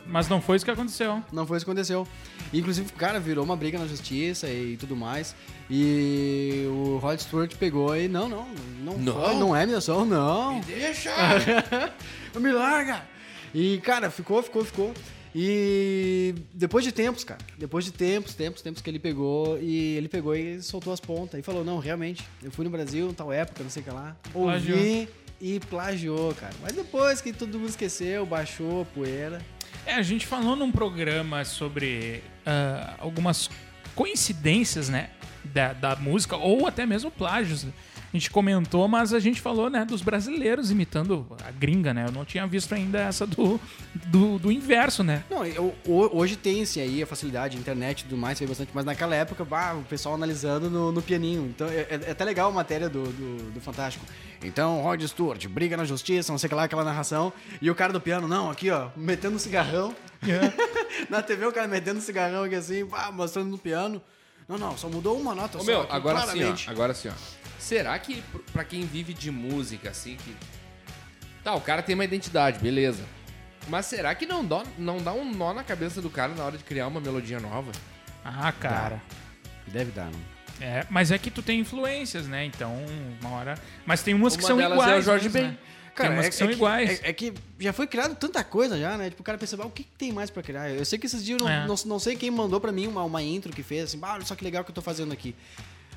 S2: Mas não foi isso que aconteceu.
S3: Não foi isso que aconteceu. Inclusive, cara, virou uma briga na justiça e tudo mais. E o Rod Stewart pegou e, não, não, não,
S1: Não?
S3: foi, não é minha ação, não.
S1: Deixa!
S3: Me larga! E, cara, ficou, ficou, ficou. E depois de tempos, cara, depois de tempos, tempos, tempos que ele pegou e ele pegou e soltou as pontas e falou: Não, realmente, eu fui no Brasil, em tal época, não sei o que lá, ouvi
S2: Plagiou.
S3: e plagiou, cara. Mas depois que todo mundo esqueceu, baixou a poeira.
S2: É, a gente falou num programa sobre ah, algumas coincidências, né? Da, da música, ou até mesmo plágios. A gente comentou, mas a gente falou, né, dos brasileiros imitando a gringa, né? Eu não tinha visto ainda essa do, do, do inverso, né?
S3: Não, eu- ho- hoje tem-se aí a facilidade, a internet e tudo mais, foi bastante, mas naquela época, bah, o pessoal analisando no, no pianinho. Então, é, é- é até legal a matéria do, do, do Fantástico. Então, Rod Stewart, briga na justiça, não sei o que lá, aquela narração. E o cara do piano, não, aqui, ó, metendo um cigarrão. na TV, o cara metendo um cigarrão aqui assim, pá, mostrando no piano. Não, não, só mudou uma nota
S1: Ô,
S3: só.
S1: meu,
S3: aqui,
S1: agora
S3: claramente.
S1: sim, ó, agora sim, ó. Será que pr- pra quem vive de música, assim, que... Tá, o cara tem uma identidade, beleza. Mas será que não dá, não dá um nó na cabeça do cara na hora de criar uma melodia nova?
S2: Ah, cara.
S3: Deve dar, né?
S2: É, mas é que tu tem influências, né? Então, uma hora. Mas tem umas
S1: Uma
S2: que são
S1: delas é
S2: iguais.
S1: o Jorge
S2: mesmo,
S1: Ben.
S2: né? tem umas que são iguais.
S3: É, é que já foi criado tanta coisa já, né? Tipo, o cara percebeu, o que, que tem mais pra criar? Eu sei que esses dias eu não,
S2: É.
S3: não, não sei quem mandou pra mim uma, uma intro que fez, assim, bah, olha só que legal que eu tô fazendo aqui.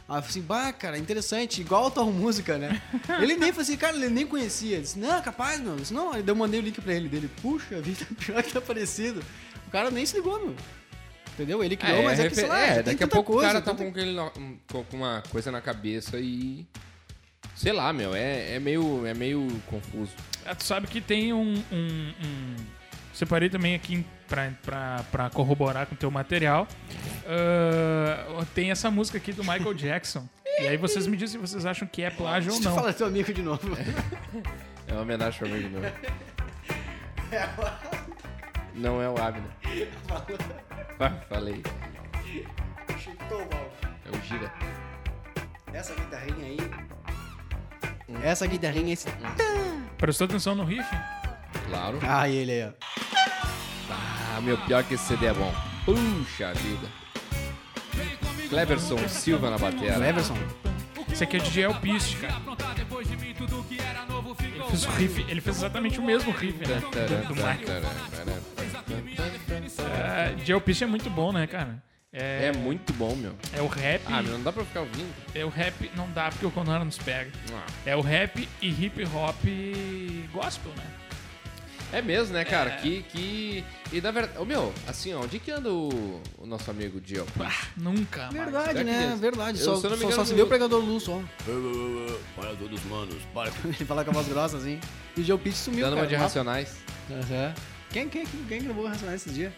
S3: Aí eu falei assim, bah, cara, interessante, igual a tua música, né? ele nem falou assim, cara, ele nem conhecia. Ele disse, não, capaz, meu. Eu disse, não, aí eu mandei o link pra ele dele. Puxa vida, pior que tá parecido. O cara nem se ligou, meu. Entendeu? Ele criou, mas é que, sei lá, já
S1: é,
S3: tem
S1: daqui a
S3: tanta
S1: pouco
S3: coisa,
S1: o cara tá
S3: tanta-
S1: com, aquele nó- um- com- com uma coisa na cabeça e... Sei lá, meu, é, é meio, é meio confuso.
S2: Ah, Tu sabe que tem um. um- um- Separei também aqui pra, pra, pra corroborar com o teu material. Ah, tem essa música aqui do Michael Jackson. e aí vocês me dizem se vocês acham que é plágio ou
S3: Deixa eu
S2: não.
S3: falar teu amigo de novo.
S1: um É uma homenagem
S3: um
S1: pra mim de novo. Não é o Abner. Fa- Falei.
S3: Chutou, mal.
S1: É o Gira.
S3: Essa guitarrinha aí. Essa guitarrinha, é esse.
S2: Prestou atenção no riff?
S1: Claro.
S3: Ah, ele aí, ó.
S1: Ah, meu, pior que esse CD é bom. Puxa vida. Cleverson Silva na bateria.
S3: Everson.
S2: Esse aqui é de Gel Piste, cara. Ele fez, o riff, ele fez exatamente o mesmo riff, né? Do Michael. Ah, Gel Piste é muito bom, né, cara?
S1: É
S2: É,
S1: muito bom, meu.
S2: é o rap.
S1: Ah, meu, não dá pra ficar ouvindo.
S2: É o rap, não dá porque o Conora nos pega.
S1: Ah,
S2: É o rap e hip hop gospel, né?
S1: É mesmo, né, cara? Que, que... E na verdade... Ô, meu, assim, ó, onde que anda o, o nosso amigo Dio?
S2: Nunca. mais.
S3: Verdade,
S1: Será que
S3: né?
S1: eles-
S3: Verdade.
S1: Eu,
S3: Só,
S1: se eu não me
S3: só- só
S1: engano,
S3: se vê
S1: eu-
S3: o pregador Lu só.
S5: Para todos, manos. Para.
S3: Ele fala com a voz grossa assim. E o Joe Pitch sumiu.
S1: Dando uma
S3: cara.
S1: de Racionais.
S3: Aham. Quem, quem, quem, quem gravou o Racionais esse dia?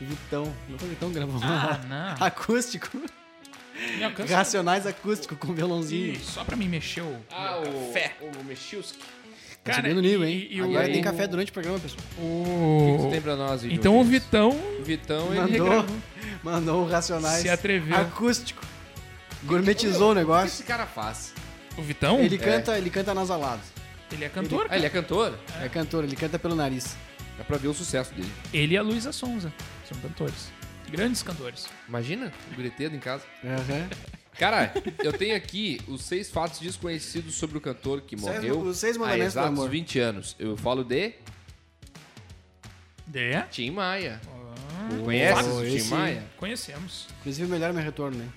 S3: O Vitão. Não foi o Vitão que gravou.
S2: Ah, não.
S3: acústico.
S2: Me alcança.
S3: Racionais acústico com violãozinho.
S2: Só pra me mexer o.
S1: Ah, o, Fé. o Mechilski.
S3: Tá
S2: Cara,
S3: subindo o nível,
S2: e-
S3: hein?
S2: e o-
S3: Agora tem
S2: o-
S3: café durante o programa, pessoal.
S1: O que que
S2: O...
S1: tem pra nós, Vitor?
S2: Então o Vitão
S1: Vitão, ele
S3: Mandou,
S1: regravou.
S3: mandou o Racionais.
S2: se atreveu.
S3: Acústico. Gourmetizou o
S1: O que
S3: negócio.
S1: esse cara faz?
S2: O Vitão?
S3: Ele
S1: É.
S2: Ele,
S3: canta, ele canta nasalado.
S2: é cantor?
S1: Ah, ele é cantor?
S3: É cantor, ele canta pelo nariz.
S1: Dá pra ver o sucesso dele.
S2: Ele e a Luísa Sonza são cantores. Grandes cantores.
S1: Imagina, o gretedo em casa.
S3: Aham.
S1: Cara, eu tenho aqui os seis fatos desconhecidos sobre o cantor que
S3: Seis-
S1: morreu
S3: os seis
S1: há
S3: mandamentos do
S1: exatos
S3: amor.
S1: 20 anos. Eu falo de
S2: É?
S1: Tim Maia. Conhece o
S3: Oh,
S1: Tim
S3: esse-
S1: Maia?
S2: Conhecemos.
S3: Inclusive, melhor meu retorno, né?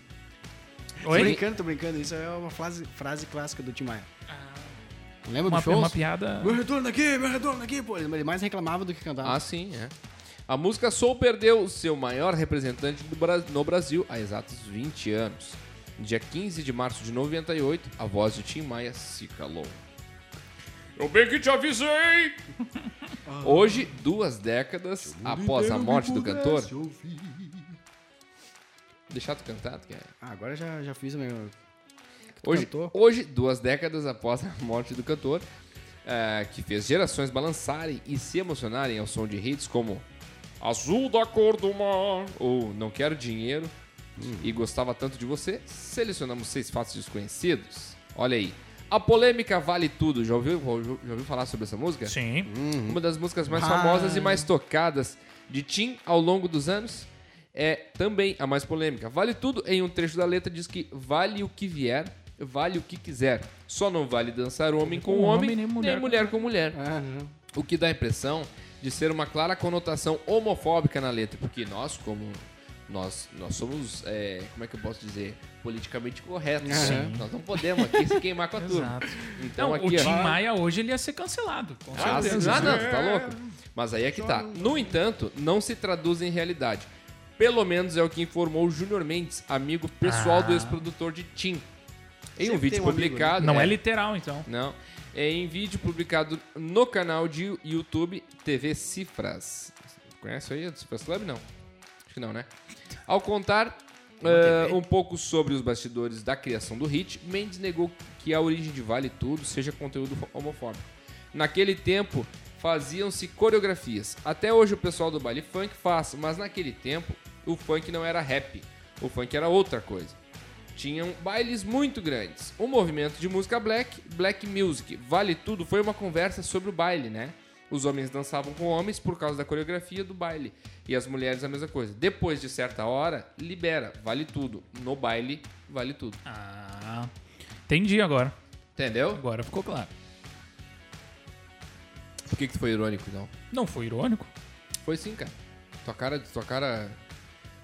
S3: Tô
S2: Oi?
S3: brincando, tô brincando. Isso é uma frase, frase clássica do Tim Maia.
S1: Ah.
S3: Lembra
S2: Uma,
S3: do show?
S2: uma piada.
S3: Meu retorno aqui, meu retorno aqui, pô. Ele mais reclamava do que cantava.
S1: Ah, sim, é. A música Soul perdeu seu maior representante do Bra- no Brasil há exatos 20 anos. No Dia 15 de março de 98, a voz de Tim Maia se calou. Eu bem que te avisei! Hoje, duas décadas após a morte do cantor. Deixar tu cantar, tu quer?
S3: Ah, agora já, já fiz o meu.
S1: Hoje,
S3: cantou?
S1: hoje, duas décadas após a morte do cantor, eh, que fez gerações balançarem e se emocionarem ao som de hits como Azul da Cor do Mar ou Não Quero Dinheiro e Gostava Tanto de Você, selecionamos seis fatos desconhecidos. Olha aí. A polêmica vale tudo. Já ouviu, já ouviu falar sobre essa música?
S2: Sim.
S1: Uma das músicas mais famosas e mais tocadas de Tim ao longo dos anos é também a mais polêmica. Vale tudo em um trecho da letra diz que vale o que vier, vale o que quiser. Só não vale dançar homem com, homem, nem mulher, com mulher.
S3: Ah, não.
S1: O que dá a impressão de ser uma clara conotação homofóbica na letra, porque nós, como nós, nós somos, é, como é que eu posso dizer, politicamente corretos. né? Nós não podemos aqui se queimar com a turma.
S2: Exato.
S1: Então
S2: Não,
S1: aqui
S2: o Tim
S1: ó,
S2: Maia hoje ele ia ser cancelado. Com
S1: ah,
S2: certeza.
S1: sim. Ah, não, tu tá louco? Mas aí é que tá. No entanto, não se traduz em realidade. Pelo menos é o que informou o Júnior Mendes, amigo pessoal
S2: Ah.
S1: do ex-produtor de Tim. Em um
S3: Sempre
S1: vídeo
S3: tem um amigo, né?
S1: publicado.
S2: Não é literal, então.
S1: Não. É em vídeo publicado no canal de YouTube TV Cifras. Conhece aí o Cifras Club? Não. Acho que não, né? Ao contar eh, um pouco sobre os bastidores da criação do hit, Mendes negou que a origem de Vale Tudo seja conteúdo fo- homofóbico. Naquele tempo, faziam-se coreografias. Até hoje o pessoal do baile funk faz, mas naquele tempo o funk não era rap. O funk era outra coisa tinham bailes muito grandes. O movimento de música black, black music, vale tudo, foi uma conversa sobre o baile, né? Os homens dançavam com homens por causa da coreografia do baile. E as mulheres a mesma coisa. Depois de certa hora, libera, vale tudo. No baile, vale tudo.
S2: Ah. Entendi agora.
S1: Entendeu?
S2: Agora ficou claro.
S1: Por que, que tu foi irônico, então? não?
S2: Não foi irônico?
S1: Foi sim, cara. Tua cara, tua cara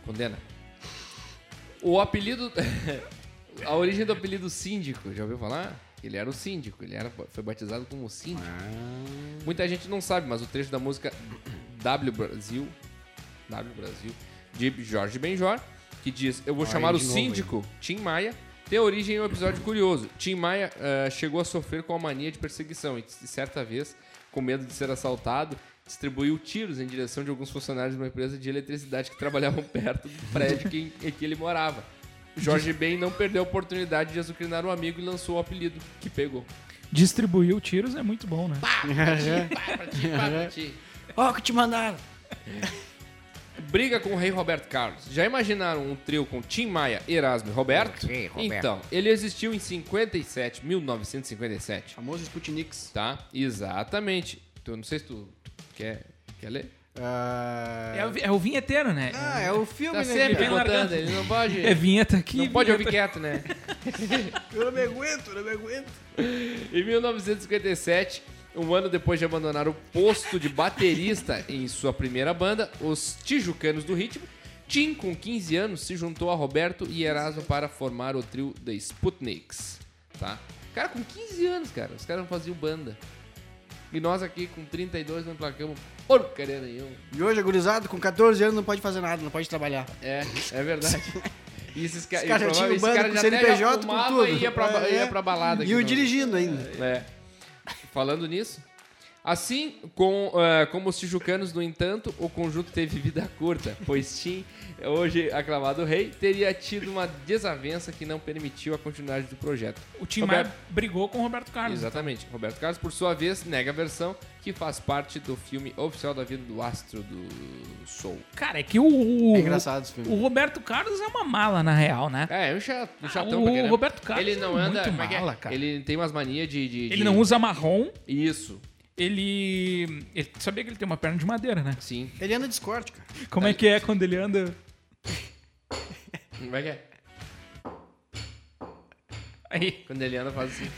S1: condena. O apelido. a origem do apelido síndico, já ouviu falar? Ele era o síndico, ele era, foi batizado como síndico. Muita gente não sabe, mas o trecho da música W Brasil, W Brasil, de Jorge Benjor, que diz: Eu vou chamar o
S3: de novo, hein?
S1: síndico Tim Maia, tem origem em um episódio curioso. Tim Maia eh, chegou a sofrer com a mania de perseguição e, de certa vez, com medo de ser assaltado, distribuiu tiros em direção de alguns funcionários de uma empresa de eletricidade que trabalhavam perto do prédio que- em que ele morava. Jorge Ben não perdeu a oportunidade de azucrinar um amigo e lançou o apelido, que pegou.
S2: Distribuiu tiros é muito bom, né?
S3: Né? Ó, que te mandaram.
S1: É. Briga com o rei Roberto Carlos. Já imaginaram um trio com Tim Maia, Erasmo e Roberto?
S4: Sim, Roberto.
S1: Então, ele existiu em 57, 1957.
S3: Famoso Sputniks.
S1: Tá? Exatamente. Tu, não sei se tu quer, quer ler.
S3: Ah,
S2: É, o vi- é o vinheteiro, né?
S3: Ah, é o filme,
S1: Tá
S3: né?
S1: sempre
S2: Vem
S1: botando,
S2: largando.
S1: ele não pode...
S2: É vinheta aqui.
S1: não pode ouvir
S2: vinheta.
S1: quieto, né?
S3: Eu não me aguento, eu não me aguento.
S1: Em 1957, um ano depois de abandonar o posto de baterista em sua primeira banda, os Tijucanos do Ritmo, Tim, com 15 anos, se juntou a Roberto e Erasmo para formar o trio The Sputniks. Tá? Cara, com 15 anos, cara, os caras não faziam banda. E nós aqui com 32 não emplacamos porcaria nenhuma.
S3: E hoje, agorizado, com 14 anos, não pode fazer nada, não pode trabalhar.
S1: É, é verdade. É, E esses caras
S3: Os caras já tinham banda com CNPJ, com tudo.
S1: e ia pra, ba-
S3: É.
S1: ia pra balada.
S3: E
S1: aqui
S3: eu
S1: no-
S3: dirigindo ainda.
S1: é. Falando nisso, Assim com, eh, como os tijucanos, no entanto, o conjunto teve vida curta, pois Tim, hoje aclamado rei, teria tido uma desavença que não permitiu a continuidade do projeto.
S2: O Tim
S1: Roberto-
S2: Maia brigou com o Roberto Carlos.
S1: Exatamente. Roberto Carlos, por sua vez, nega a versão que faz parte do filme oficial da vida do astro do Soul.
S2: Cara, é que o, o,
S3: É engraçado esse filme.
S2: o Roberto Carlos é uma mala, na real, né?
S1: É, é um cha- um
S2: Ah,
S1: chatão
S2: o
S1: pra caramba.
S2: Roberto Carlos
S1: ele não
S2: é
S1: anda,
S2: muito
S1: como é que é?
S2: mala, cara.
S1: Ele tem umas manias de, de- de-
S2: Ele não usa marrom,
S1: Isso,
S2: ele... ele. Sabia que ele tem uma perna de madeira, né?
S1: sim.
S3: Ele anda de Discord, cara.
S2: Como é que é quando ele anda?
S1: Como é que é?
S2: Aí.
S1: Quando ele anda, faz assim.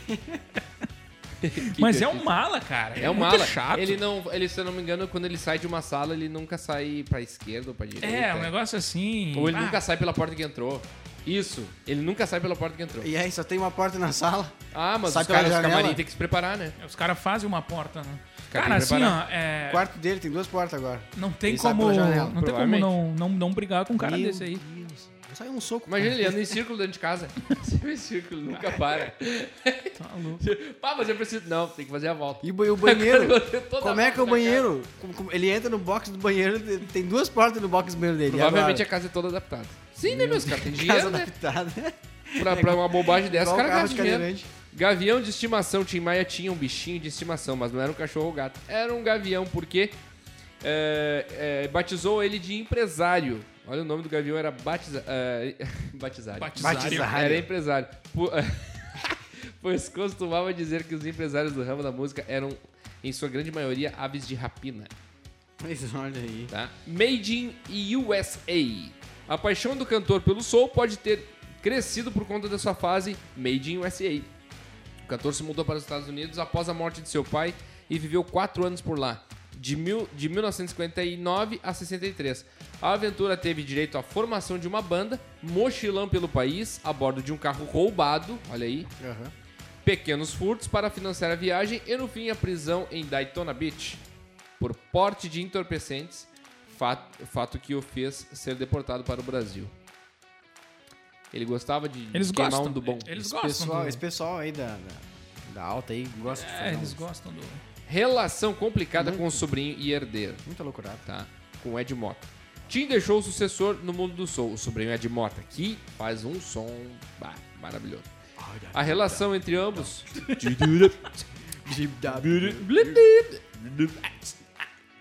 S1: Que
S2: Mas é
S1: perfeito.
S2: um mala, cara.
S1: É um
S2: muito
S1: mala.
S2: chato.
S1: Ele não, ele, se eu não me engano, quando ele sai de uma sala, ele nunca sai pra esquerda ou pra direita.
S2: É, um negócio assim.
S1: Ou ele
S2: Ah,
S1: nunca sai pela porta que entrou. Isso, ele nunca sai pela porta que entrou.
S3: E aí só tem uma porta na sala.
S1: Ah, mas
S3: Sai
S1: os caras
S3: pela
S1: do
S3: janela.
S1: camarim tem que se preparar, né?
S2: Os caras fazem uma porta, né?
S1: Fica
S2: cara,
S1: bem
S2: assim, ó,
S1: preparado.
S2: é,
S3: O quarto dele tem duas portas agora.
S2: não tem
S3: Ele sai
S2: como.
S3: pela janela,
S2: Não tem como
S1: provavelmente.
S2: não, não, não brigar com um cara
S3: Meu
S2: desse aí.
S3: Deus. Saiu um soco.
S1: Imagina ele anda em círculo dentro de casa. Sempre em círculo, nunca para.
S2: Tá louco.
S1: Pá, mas eu preciso. Não, tem que fazer a volta.
S3: E o ba- e o banheiro?
S1: Toda
S3: Como é que é o
S1: volta, cara.
S3: banheiro? Como- como- Ele entra no box do banheiro, te- tem duas portas no box do banheiro dele.
S1: Provavelmente a
S3: agora?
S1: casa é toda adaptada. Sim, né, meus caras? Tem
S3: casa
S1: dinheiro, né? É,
S3: adaptada.
S1: Pra, pra uma bobagem dessa,
S3: Igual
S1: o cara
S3: carro
S1: gasta
S3: de
S1: dinheiro.
S3: cadeirante.
S1: Gavião de estimação. Tim Maia tinha um bichinho de estimação, mas não era um cachorro ou gato. Era um gavião, porque é, é, batizou ele de empresário. Olha, o nome do gavião era batiza, é, Batizário.
S2: Batizário.
S1: Era empresário. Po- pois costumava dizer que os empresários do ramo da música eram, em sua grande maioria, aves de rapina.
S3: Mas olha aí.
S1: tá? Made in USA. A paixão do cantor pelo soul pode ter crescido por conta da sua fase Made in USA. O cantor se mudou para os Estados Unidos após a morte de seu pai e viveu quatro anos por lá, de, mil, de 1959 a 63. A aventura teve direito à formação de uma banda, mochilão pelo país, a bordo de um carro roubado, olha aí,
S3: Aham.
S1: pequenos furtos para financiar a viagem e, no fim, a prisão em Daytona Beach por porte de entorpecentes, fato, fato que o fez ser deportado para o Brasil. Ele gostava de
S2: Eles
S1: queimar
S2: gostam.
S1: um do bom.
S2: Eles
S3: Esse
S2: gostam.
S3: pessoal,
S2: do-
S3: esse pessoal aí da, da, da alta aí gosta de
S2: É,
S3: fazer
S2: eles
S3: uns-
S2: gostam do.
S1: Relação complicada com o sobrinho e herdeiro,
S3: Muita loucurada.
S1: tá? Com o Ed Mota. Tim deixou o sucessor no mundo do soul, o sobrinho Ed Mota, que faz um som bah, maravilhoso. A relação entre ambos
S3: um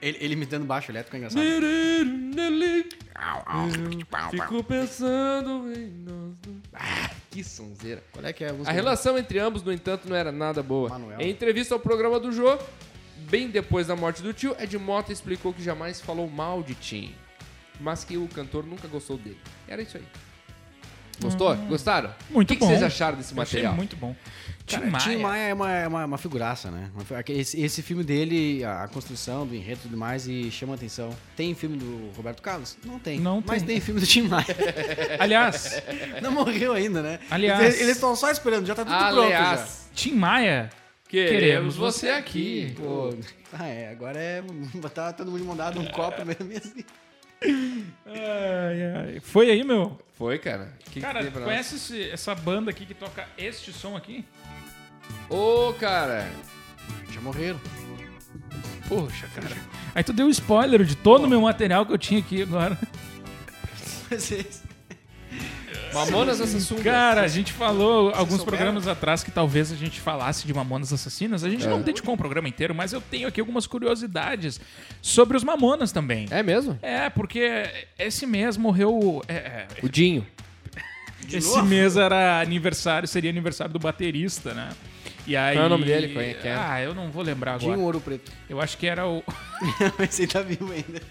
S3: Ele, ele imitando baixo elétrico é engraçado.
S1: Fico pensando em nós dois. Ah, que sonzeira.
S3: Qual é que é a música?
S1: A relação entre ambos, no entanto, não era nada boa.
S3: Manuel.
S1: Em entrevista ao programa do Jô, bem depois da morte do tio, Ed Mota explicou que jamais falou mal de Tim, mas que o cantor nunca gostou dele. Era isso aí. Gostou? Gostaram?
S2: Uhum. Muito
S1: o que que
S2: bom.
S1: vocês acharam desse
S2: Eu achei
S1: material?
S2: muito bom. Tim
S3: Cara, Tim
S2: Maia.
S3: Maia é uma, é uma, uma figuraça, né? Uma fi- aquele- Esse, esse filme dele, a a construção do enredo e tudo mais, e chama atenção. Tem filme do Roberto Carlos? Não tem.
S2: Não
S3: Mas
S2: tem.
S3: tem filme do Tim Maia.
S2: Aliás,
S3: Não morreu ainda, né?
S2: Aliás.
S3: Eles- Eles estão só esperando, já tá tudo
S1: Aliás,
S2: Tim Maia.
S1: queremos você aqui.
S3: pronto já. Pô, ah, é. Agora é botar todo mundo mandado um copo mesmo e assim.
S2: Ai, ai. Foi aí, meu.
S1: Foi, cara. O que que
S2: Cara,
S1: tem pra nós?
S2: conhece esse- essa banda aqui que toca este som aqui?
S1: Ô, cara.
S3: Já morreram.
S2: Poxa, cara. Aí tu deu um spoiler de todo o meu material que eu tinha aqui agora.
S3: Mas esse-
S1: Mamonas Assassinas.
S2: Cara, a gente falou alguns
S3: souberam?
S2: programas atrás que talvez a gente falasse de Mamonas Assassinas. A gente
S1: É.
S2: não dedicou um programa inteiro, mas eu tenho aqui algumas curiosidades sobre os Mamonas também.
S1: É mesmo?
S2: É, porque esse mês morreu. é, é,
S1: O Dinho.
S2: esse mês era aniversário, seria aniversário do baterista, né? E aí,
S1: Qual é o nome dele? Quem é que é?
S2: Ah, eu não vou lembrar agora.
S3: Dinho Ouro Preto.
S2: Eu acho que era o.
S3: Esse aí tá vivo ainda.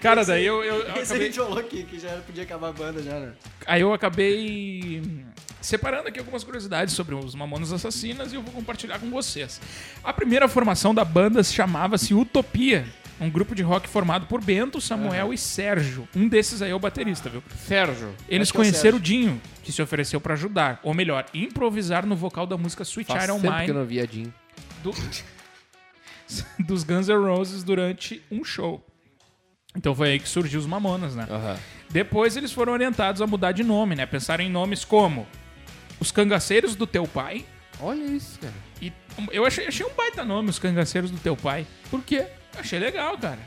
S2: Cara, daí eu, eu, Ah, eu
S3: Esse aí a
S2: acabei,
S3: gente falou que, que já podia acabar a banda já, né?
S2: aí eu acabei separando aqui algumas curiosidades sobre os Mamonas Assassinas e eu vou compartilhar com vocês. A primeira formação da banda se chamava-se Utopia, um grupo de rock formado por Bento, Samuel e Sérgio. Um desses aí é o baterista, viu?
S1: Sérgio.
S2: Eles
S3: Acho que é o
S2: conheceram o Dinho, que se ofereceu pra ajudar, ou melhor, improvisar no vocal da música Sweet
S1: Faz
S2: Iron
S1: tempo que eu
S2: Mine
S1: não via Dinho.
S2: do- dos Guns N' Roses durante um show. Então foi aí que surgiu os Mamonas, né?
S1: Aham.
S2: Depois eles foram orientados a mudar de nome, né? Pensaram em nomes como Os Cangaceiros do Teu Pai,
S1: Olha isso, cara.
S2: E eu achei, achei um baita nome, os cangaceiros do teu pai. Por quê? Achei legal, cara.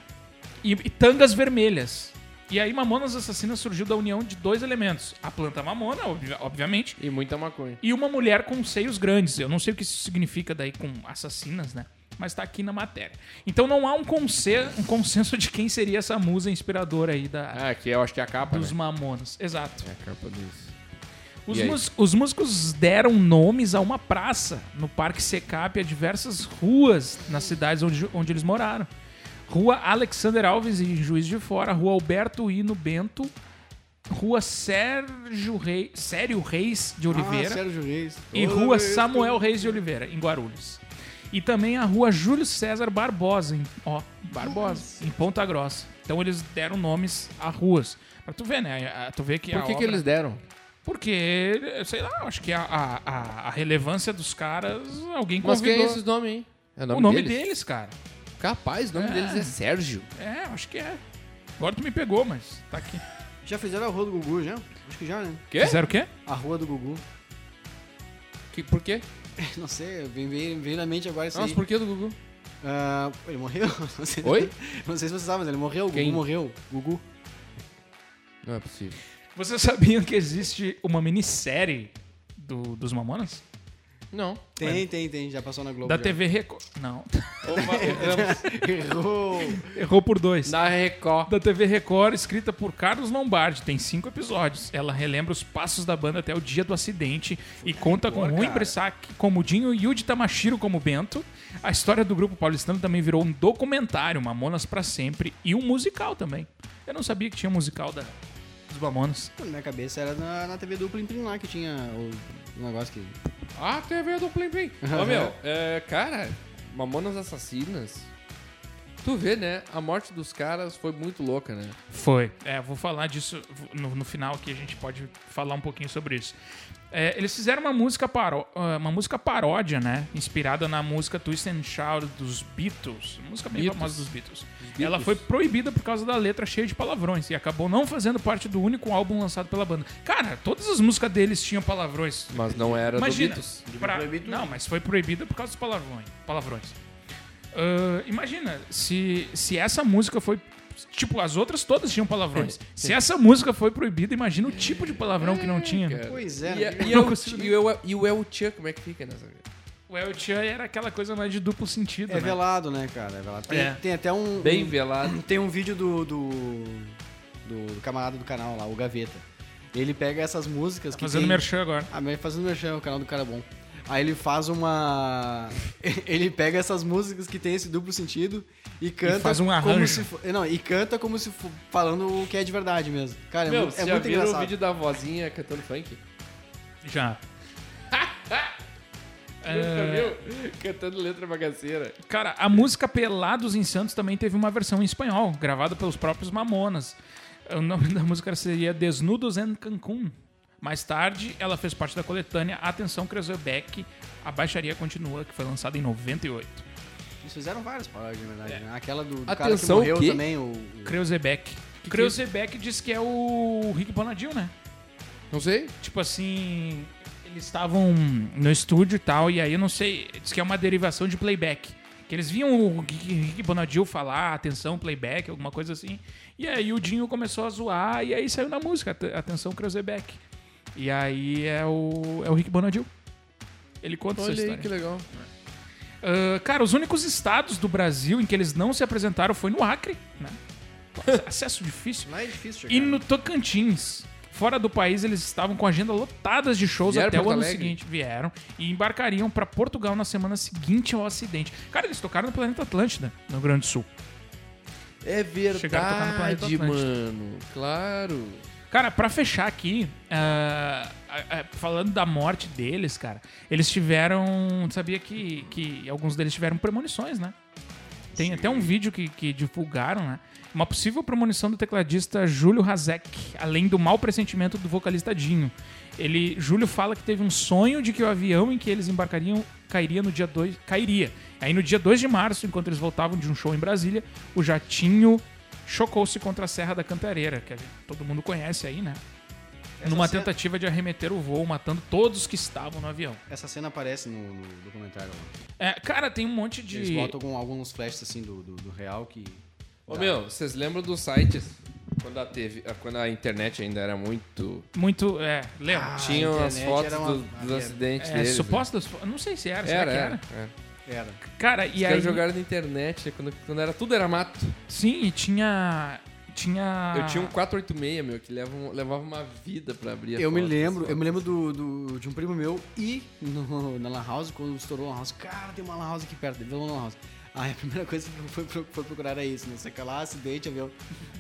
S2: E, e tangas vermelhas. E aí Mamonas Assassinas surgiu da união de dois elementos. A planta mamona, obvi- obviamente,
S1: E muita maconha.
S2: e uma mulher com seios grandes. Eu não sei o que isso significa daí com assassinas, né? Mas tá aqui na matéria. Então não há um, conse- um consenso de quem seria essa musa inspiradora aí da,
S1: Ah, que eu acho que é a capa,
S2: dos
S1: né?
S2: Mamonas. Exato.
S1: É a capa disso.
S2: Os,
S1: E aí?
S2: mus- os músicos deram nomes a uma praça no Parque Secap e a diversas ruas nas cidades onde, onde eles moraram. Rua Alexander Alves, em Juiz de Fora, Rua Alberto Hino Bento, Rua Sérgio Rei, Sério Reis de Oliveira
S3: Ah, Sérgio Reis.
S2: e
S3: Toda
S2: Rua
S3: vez
S2: Samuel Reis de Oliveira, em Guarulhos. E também a Rua Júlio César Barbosa, em, ó, Barbosa, em Ponta Grossa. Então eles deram nomes a ruas. Pra tu ver, né? A- Tu vê que a
S1: Por que, que
S2: obra-
S1: eles deram?
S2: porque, sei lá, acho que a, a- a- a relevância dos caras, alguém
S1: Mas quem é
S2: convidou.
S1: esses nomes, hein? É
S2: o nome deles? cara.
S1: Capaz, o nome deles é Sérgio.
S2: É, acho que é. Agora tu me pegou, mas tá aqui.
S3: tu- Já fizeram a Rua do Gugu, já? Acho que já, né?
S1: Quê?
S2: Fizeram o quê?
S3: A Rua do Gugu.
S1: Que, por quê?
S3: Não sei, vem, vem, vem na mente agora isso
S1: Nossa,
S3: aí.
S1: por que do Gugu?
S3: Ah, ele morreu? Não sei,
S1: Oi?
S3: Não sei se você sabe, mas ele morreu. O
S1: Quem?
S3: Gugu morreu. Gugu.
S1: Não é possível.
S2: Vocês sabiam que existe uma minissérie do, dos Mamonas?
S1: Não.
S3: Tem, tem, tem. Já passou na Globo.
S2: Da
S3: já.
S2: TV Record. Não.
S3: Errou.
S2: Errou por dois.
S1: Na Record.
S2: da TV Record, escrita por Carlos Lombardi. Tem cinco episódios. Ela relembra os passos da banda até o dia do acidente e conta com Rui Bressac como Dinho e Yuji Tamashiro como Bento. A história do grupo paulistano também virou um documentário, Mamonas pra Sempre, e um musical também. Eu não sabia que tinha musical da, dos Mamonas.
S3: Na minha cabeça era na, na TV do Plim Plim lá que tinha o, o negócio que.
S1: Ah, TV do Plim Plim. Ô, meu, é, cara, Mamonas Assassinas. Tu vê, né? A morte dos caras foi muito louca, né?
S2: Foi. É, vou falar disso no, no final aqui, a gente pode falar um pouquinho sobre isso. É, eles fizeram uma música, paró ah, uma música paródia, né? Inspirada na música Twist and Shout dos Beatles. Uma Música bem
S1: Beatles.
S2: famosa dos Beatles.
S1: Beatles.
S2: Ela foi proibida por causa da letra cheia de palavrões e acabou não fazendo parte do único álbum lançado pela banda. Cara, todas as músicas deles tinham palavrões.
S1: Mas não era
S2: Imagina.
S1: do Beatles.
S2: pra- Não, mas foi proibida por causa dos palavrões. palavrões. Ah, imagina, se, se essa música foi. Tipo, as outras todas tinham palavrões. se essa música foi proibida, imagina o tipo de palavrão que não tinha.
S1: cara.
S3: Pois é,
S1: E,
S3: né?
S1: a- e, eu, e, eu, e o El Chan, como é que fica nessa?
S2: O El Chan era aquela coisa mais de duplo sentido.
S3: É
S2: né?
S3: velado, né, cara? É velado. Tem,
S2: É.
S3: tem até um.
S1: Bem
S3: um-
S1: velado.
S3: Tem um vídeo do, do, do- do camarada do canal lá, o Gaveta. Ele pega essas músicas que.
S2: Tá Fazendo
S3: tem...
S2: merchan agora.
S3: Ah, mas fazendo merchan, o canal do cara é bom. Aí ele faz uma. Ele pega essas músicas que tem esse duplo sentido e canta.
S2: faz um
S3: Como
S2: arranjo.
S3: se fo- Não, e canta como se fo- falando o que é de verdade mesmo. Cara, é
S1: Meu,
S3: muito,
S1: você
S3: é
S1: já
S3: muito
S1: viram o
S3: engraçado.
S1: vídeo da vozinha cantando funk?
S2: Já. É.
S1: Nunca viu? Cantando letra bagaceira.
S2: Cara, a música Pelados em Santos também teve uma versão em espanhol, gravada pelos próprios Mamonas. O nome da música seria Desnudos en Cancún. Mais tarde, ela fez parte da coletânea Atenção Kreuzerbeck, A Baixaria Continua, que foi lançada em 98.
S3: Eles fizeram várias paródias, na verdade. né? Aquela do, do cara que
S1: Atenção,
S3: morreu
S1: o quê?
S3: também, o. o-
S2: Kreuzerbeck. Kreuzerbeck diz que é o Rick Bonadil, né?
S1: Não sei.
S2: Tipo assim, eles estavam no estúdio e tal, e aí eu não sei, diz que é uma derivação de playback. Que eles viam o Rick Rick Bonadil falar, atenção, playback, alguma coisa assim. E aí o Dinho começou a zoar, e aí saiu na música, at- atenção, Kreuzebeck. E aí é o, é o Rick Bonadil. Ele conta essa
S1: Olha aí
S2: história.
S1: que legal.
S2: Ah, cara, os únicos estados do Brasil em que eles não se apresentaram foi no Acre, né? Pô, Acesso difícil.
S3: Lá é difícil chegar.
S2: E no Tocantins. Fora do país, eles estavam com agenda lotadas de shows
S1: Vieram
S2: até
S1: pra
S2: o ano
S1: Porto Alegre?
S2: seguinte. Vieram e embarcariam pra Portugal na semana seguinte ao acidente. Cara, eles tocaram no Planeta Atlântida, no Rio Grande do Sul.
S1: É
S2: a tocar no Planeta
S1: verdade,
S2: Atlântico.
S1: mano. Claro.
S2: Cara, pra fechar aqui, ah, ah, ah, falando da morte deles, cara, eles tiveram. Sabia que, que alguns deles tiveram premonições, né? Tem até um vídeo que, que divulgaram, né? Uma possível premonição do tecladista Júlio Hazek, além do mau pressentimento do vocalista Dinho. Ele, Júlio fala que teve um sonho de que o avião em que eles embarcariam cairia no dia 2. Cairia. Aí no dia 2 de março, enquanto eles voltavam de um show em Brasília, o jatinho chocou-se contra a Serra da Cantareira, que todo mundo conhece aí, né? numa
S3: cena-
S2: tentativa de arremeter o voo, matando todos que estavam no avião.
S3: Essa cena aparece no, no documentário lá.
S2: É, cara, tem um monte de.
S3: Eles botam algum- alguns flashes assim do, do, do real que.
S1: Ô
S3: Tá.
S1: meu, vocês lembram dos sites? Quando a, TV, quando a internet ainda era muito.
S2: Muito. É, lembra?
S1: Tinha
S3: a
S1: umas
S3: internet
S1: fotos
S3: era uma-
S1: do- dos
S3: era-
S1: acidentes
S2: é,
S1: deles.
S2: supostas. Não sei se era,
S1: né?
S2: será
S1: Era,
S2: que
S1: era.
S2: era?
S1: era.
S3: Era.
S2: Cara, e
S1: Os
S2: aí.
S1: caras jogaram na internet, né? quando, quando era tudo era mato.
S2: Sim, e tinha. Tinha.
S1: Eu tinha um 486, meu, que leva um- levava uma vida pra abrir a assim.
S3: Eu me
S1: foto.
S3: lembro, eu me lembro do, do- de um primo meu e no- na Lan House, quando estourou a Lan House, cara, tem uma Lan House aqui perto, deve ter uma Lan House. Aí a primeira coisa que eu fui, pro- fui procurar era isso, não sei o que lá, acidente, avião.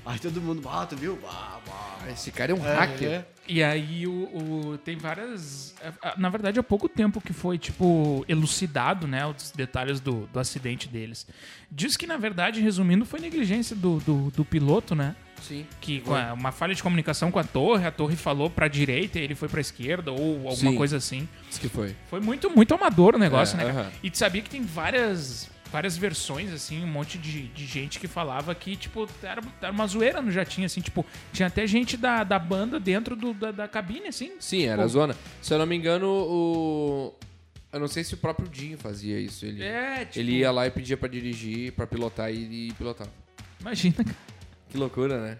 S3: Aí todo mundo, ah, tu viu? Bah, bah.
S1: Esse cara é um hacker.
S3: É.
S2: E aí o, o- tem várias. a- a- Na verdade, há pouco tempo que foi, tipo, elucidado, né? Os detalhes do, do acidente deles. Diz que, na verdade, resumindo, foi negligência do, do, do piloto, né?
S1: Sim.
S2: Que com a- uma falha de comunicação com a torre, a torre falou pra direita e ele foi pra esquerda, ou alguma
S1: Sim.
S2: coisa assim.
S1: Isso que foi.
S2: Foi muito, muito amador o negócio,
S1: É,
S2: né? cara?
S1: aham.
S2: E tu sabia que tem várias. Várias versões, assim, um monte de, de gente que falava que, tipo, era, era uma zoeira no jatinho, assim, tipo, tinha até gente da, da banda dentro do, da, da cabine, assim.
S1: Sim, era a zona. Se eu não me engano, o. Eu não sei se o próprio Dinho fazia isso. Ele,
S2: É, tipo,
S1: ele ia lá e pedia pra dirigir, pra pilotar e, e pilotava.
S2: imagina, cara.
S1: Que loucura, né?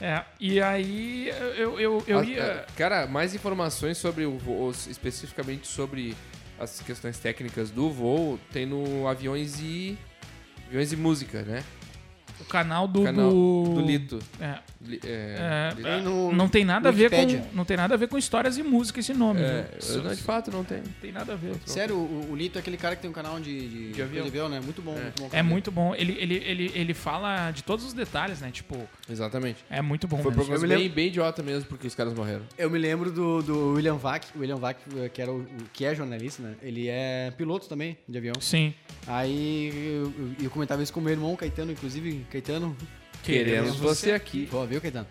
S2: É, e aí eu, eu, eu
S1: Ah,
S2: ia.
S1: ah, Cara, mais informações sobre o voo, especificamente sobre as questões técnicas do voo, tem no Aviões e. Aviões e Música, né?
S2: O canal do.
S1: Canal
S2: do...
S1: do Lito.
S2: É,
S1: Li-
S2: É,
S1: é, Lito.
S3: Aí no-
S2: não tem nada a ver
S3: Wikipédia.
S2: com. Não tem nada a ver com histórias e música esse nome.
S1: É,
S2: né?
S1: eu não, de fato não tem.
S2: Não tem nada a ver.
S3: Sério, o, o Lito é aquele cara que tem um canal de, de,
S1: De avião.
S3: de né? Muito bom, muito bom.
S2: É muito bom. Ele, ele, ele, ele fala de todos os detalhes, né? Tipo,
S1: Exatamente.
S2: é muito bom.
S1: Foi um
S2: mesmo.
S1: programa
S3: Eu me
S1: bem, bem idiota mesmo, porque os caras morreram.
S3: Eu me lembro do, do William Vac, o William Vac, eh, que, era o, o- que é jornalista, né? Ele é piloto também de avião.
S2: Sim.
S3: Aí eu, eu- eu comentava isso com meu irmão, Caetano, inclusive. Caetano,
S1: Queremos você aqui.
S3: Pô, viu, Caetano?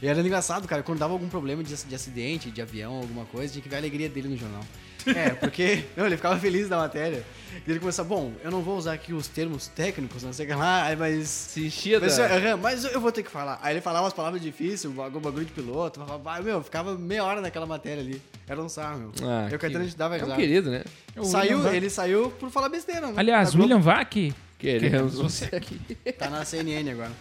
S3: E era engraçado, cara, quando dava algum problema de, ac- de acidente, de avião, alguma coisa, tinha que ver a alegria dele no jornal. É, porque não, ele ficava feliz da matéria. E ele começava, bom, eu não vou usar aqui os termos técnicos, não sei o que lá, aí, mas.
S1: Se enchia
S3: Mas, é,
S1: da-
S3: aham, mas eu vou ter que falar. Aí ele falava umas palavras difíceis, algum bagulho de piloto, falava, vai, meu, ficava meia hora naquela matéria ali. Era um sarro, meu.
S1: Ah,
S3: eu e o Caetano a gente dava
S1: É um
S3: risada.
S1: querido, né?
S2: O
S3: Saiu,
S2: William Vac-
S3: ele saiu por falar besteira, né?
S2: Aliás,
S3: Na Globo.
S2: William Vac.
S1: Queremos você aqui.
S3: Tá na CNN agora.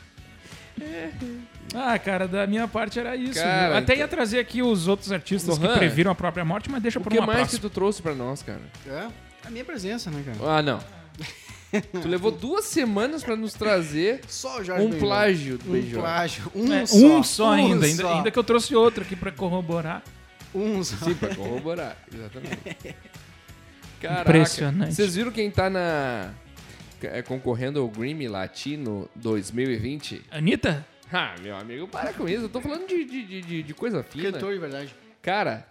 S2: Ah, cara, da minha parte era isso.
S1: Cara,
S2: viu? Até
S1: então-
S2: ia trazer aqui os outros artistas
S1: Lohan.
S2: que previram a própria morte, mas deixa
S1: O
S2: por
S1: que
S2: uma
S1: mais
S2: próxima.
S1: que tu trouxe pra nós, cara?
S3: É? A minha presença, né, cara?
S1: Ah, não. tu levou duas semanas pra nos trazer
S3: Só o Jorge
S1: um
S3: Benjol.
S1: plágio do
S3: Um
S1: Beijão.
S3: plágio. Um
S2: É,
S3: só.
S2: um só ainda, ainda.
S3: só.
S2: ainda que eu trouxe outro aqui pra corroborar.
S3: Um só.
S1: Sim, pra corroborar. Exatamente. Caraca.
S2: Impressionante.
S1: Vocês viram quem tá na... é, Concorrendo ao Grammy Latino 2020?
S2: Anitta?
S1: Ah, meu amigo, para com isso. Eu tô falando de, de- de- de- de coisa fina.
S3: Cantor de verdade.
S1: Cara,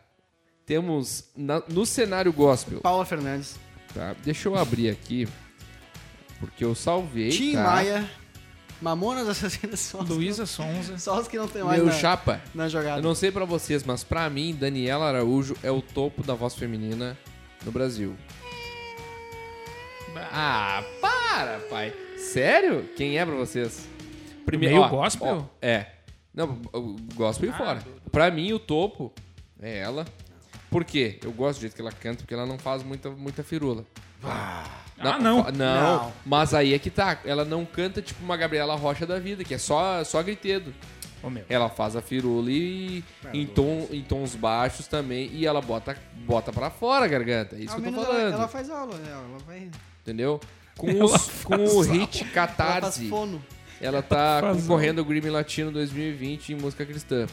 S1: temos na- no cenário gospel.
S3: Paula Fernandes.
S1: Tá? Deixa eu abrir aqui. Porque eu salvei.
S3: Tim
S1: tá?
S3: Maia. Mamonas Assassinas. Só, os-
S2: Luísa Sonza.
S3: só os que não tem mais
S1: Meu
S3: na,
S1: chapa.
S3: na jogada.
S1: Eu não sei pra vocês, mas pra mim, Daniela Araújo é o topo da voz feminina no Brasil. Ah, para, pai. Sério? Quem é pra vocês?
S2: meio gospel? Ah,
S1: é. Não, o- o gospel e fora. Pra mim, o topo é ela. Por quê? Eu gosto do jeito que ela canta, porque ela não faz muita, muita firula.
S2: Ah, não.
S1: fa- não.
S3: Não.
S1: Mas aí é que tá. Ela não canta tipo uma Gabriela Rocha da vida, que é só, só gritedo.
S2: Ô, meu.
S1: Ela faz a firula e
S3: É,
S1: em, tom, em tons baixos também. E ela bota, bota pra fora a garganta. É isso
S3: Ao
S1: que eu tô
S3: menos
S1: falando.
S3: Ela, ela faz aula, né? Ela vai.
S1: Entendeu? Com, os, com o hit
S3: Ela faz
S1: Catarse, ela,
S3: fono.
S1: tá
S2: faz
S1: concorrendo ao Grammy Latino 2020 em música cristã.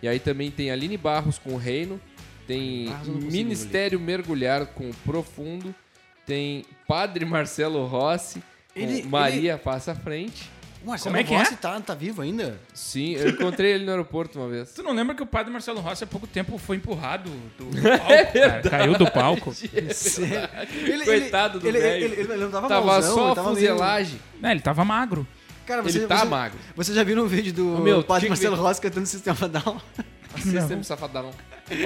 S1: E aí também tem Aline Barros com o Reino, tem
S3: Barros eu não consigo
S1: Ministério Mergulhar com o Profundo, tem Padre Marcelo Rossi, com
S3: Ele-
S1: Maria Passa à Frente.
S3: O Marcelo
S2: Como é que é?
S3: Rossi Tá, tá vivo ainda?
S1: Sim, eu encontrei ele no aeroporto uma vez.
S2: Tu não lembra que o padre Marcelo Rossi há pouco tempo foi empurrado do do
S1: É
S2: palco, cara? Caiu do palco.
S3: Sério? Ele,
S1: Coitado do
S3: ele, ele,
S1: velho.
S3: ele, ele não tava,
S1: Tava
S3: mauzão,
S1: só a
S3: tava meio-
S1: fuselagem.
S2: Né, ele tava magro.
S3: Cara,
S1: Ele
S3: você,
S1: tá
S3: você,
S1: magro.
S3: Você já viu um vídeo do
S1: Ô, meu, tinha
S3: Padre
S1: que
S3: Marcelo
S1: ver.
S3: Rossi cantando Sistema Down?
S1: Vocês têm um safadão.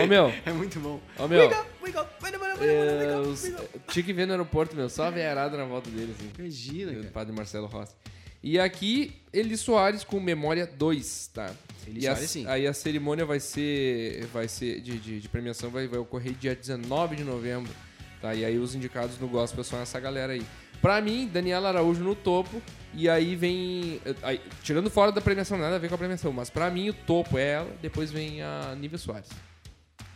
S1: Ô meu,
S3: É muito bom.
S1: ô meu.
S3: Wake up, wake up, wake up, wake up, wake
S1: é,
S3: up,
S1: os-
S3: wake up.
S1: Tinha que ver no aeroporto, meu. Só a veiarada na volta dele, assim.
S3: Imagina,
S1: Do
S3: cara.
S1: Padre Marcelo Rossi. E aqui, Eli Soares com Memória 2, tá?
S3: Ele
S1: E
S3: e
S1: a-
S3: sim.
S1: aí a cerimônia vai ser, vai ser de, de- de premiação vai, vai ocorrer dia 19 de novembro. Tá? E aí os indicados no gospel são essa galera aí. Pra mim, Daniela Araújo no topo. E aí vem. aí, tirando fora da premiação, nada a ver com a premiação. Mas pra mim o topo é ela, depois vem a Nível Soares.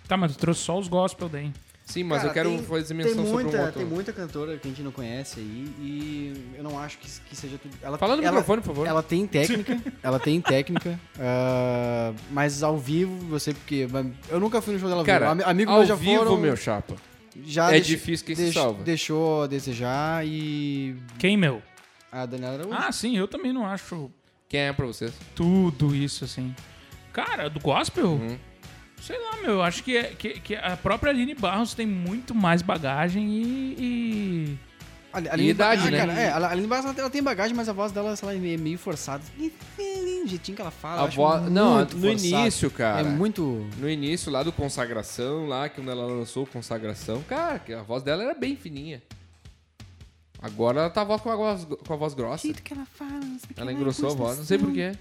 S2: Tá, mas tu trouxe só os gospel daí.
S1: Sim, mas
S3: Cara,
S1: eu quero
S3: tem-
S1: fazer
S3: tem
S1: menção sobre
S3: muita,
S1: um outro.
S3: Tem muita cantora que a gente não conhece aí e eu não acho que, que seja tudo. Ela,
S1: Fala no
S3: ela,
S1: microfone, por favor.
S3: Ela tem técnica, ela tem técnica, ah, mas ao vivo, você porque eu nunca fui no show dela ao
S1: Cara,
S3: vivo. Ami- Amigos
S1: ao
S3: meus já
S1: vivo,
S3: foram,
S1: meu chapa.
S3: já
S1: é
S3: deix-
S1: difícil quem se
S3: deix-
S1: salva.
S3: Deixou a desejar e
S2: Quem, meu?
S3: a Daniela Araújo.
S2: Ah, sim, eu também não acho
S1: Quem é pra vocês?
S2: tudo isso, assim. Cara, do gospel?
S1: Uhum.
S2: Sei lá, meu, eu acho que, é- que, que a própria Aline Barros tem muito mais bagagem e. e-
S3: A- a
S1: E
S3: Aline
S1: idade,
S3: Ba- ah,
S1: né?
S3: Cara, é, a Aline Barros ela tem- ela tem bagagem, mas a voz dela sei lá, é meio forçada. O jeitinho que ela fala.
S1: A
S3: Ah, eu acho
S1: voz- não,
S3: muito
S1: no
S3: forçado.
S1: início, cara.
S3: É muito.
S1: No início lá do Consagração, lá que quando ela lançou o Consagração, cara, que a voz dela era bem fininha. Agora ela tá a voz com a voz, com a voz grossa.
S4: que ela fala, não sei o que
S1: Ela
S4: lá,
S1: engrossou a voz, não sei porquê.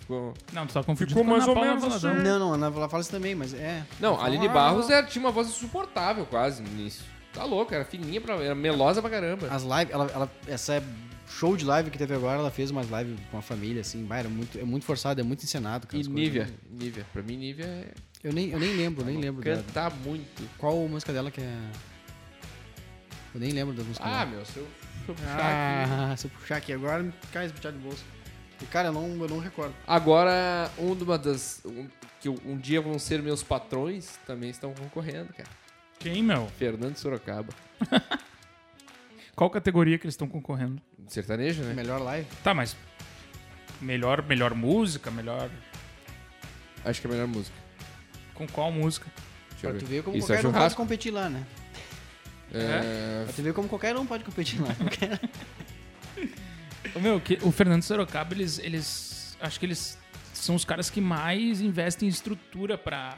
S1: Ficou...
S2: Não, tu tá confundindo
S1: Ficou
S2: com a
S1: mais
S2: Ana
S1: ou
S2: Paula
S1: menos assim.
S2: Valadão.
S3: Não, não, a Ana Paula fala isso também, mas é.
S1: Não, a Aline Barros era- tinha uma voz insuportável quase no início. Tá louco, era fininha, pra, era melosa pra caramba.
S3: As lives, ela, ela- essa show de live que teve agora, ela fez umas lives com a família, assim, vai, era muito, é muito forçado, é muito encenado, cara.
S1: E
S3: as coisas. né?
S1: Nívia, Nívia, pra mim Nívia é...
S3: Eu nem, eu nem lembro, nem lembro dela.
S1: canta muito.
S3: Qual música dela que é. Eu nem lembro da música
S1: Ah,
S3: dela.
S1: meu, se eu, se eu puxar aqui...
S3: Ah, se eu puxar aqui agora, me cai esse puxado de bolso. E, cara, eu não, eu não recordo.
S1: Agora, um de uma das... um- que um dia vão ser meus patrões, também estão concorrendo, cara.
S2: Quem, meu?
S1: Fernando Sorocaba.
S2: Qual categoria que eles estão concorrendo?
S1: Sertanejo, né?
S3: Melhor live?
S2: Tá, mas. Melhor, melhor música, melhor.
S1: Acho que é a melhor música.
S2: Com qual música?
S1: Deixa eu ver.
S3: Pra tu ver como
S1: Isso é
S3: qualquer um pode
S1: churrasco?
S3: competir lá, né?
S1: É,
S3: Pra tu ver como qualquer um pode competir lá.
S2: Ô, Meu, que, o Fernando Sorocaba, eles, eles. Acho que eles são os caras que mais investem em estrutura pra,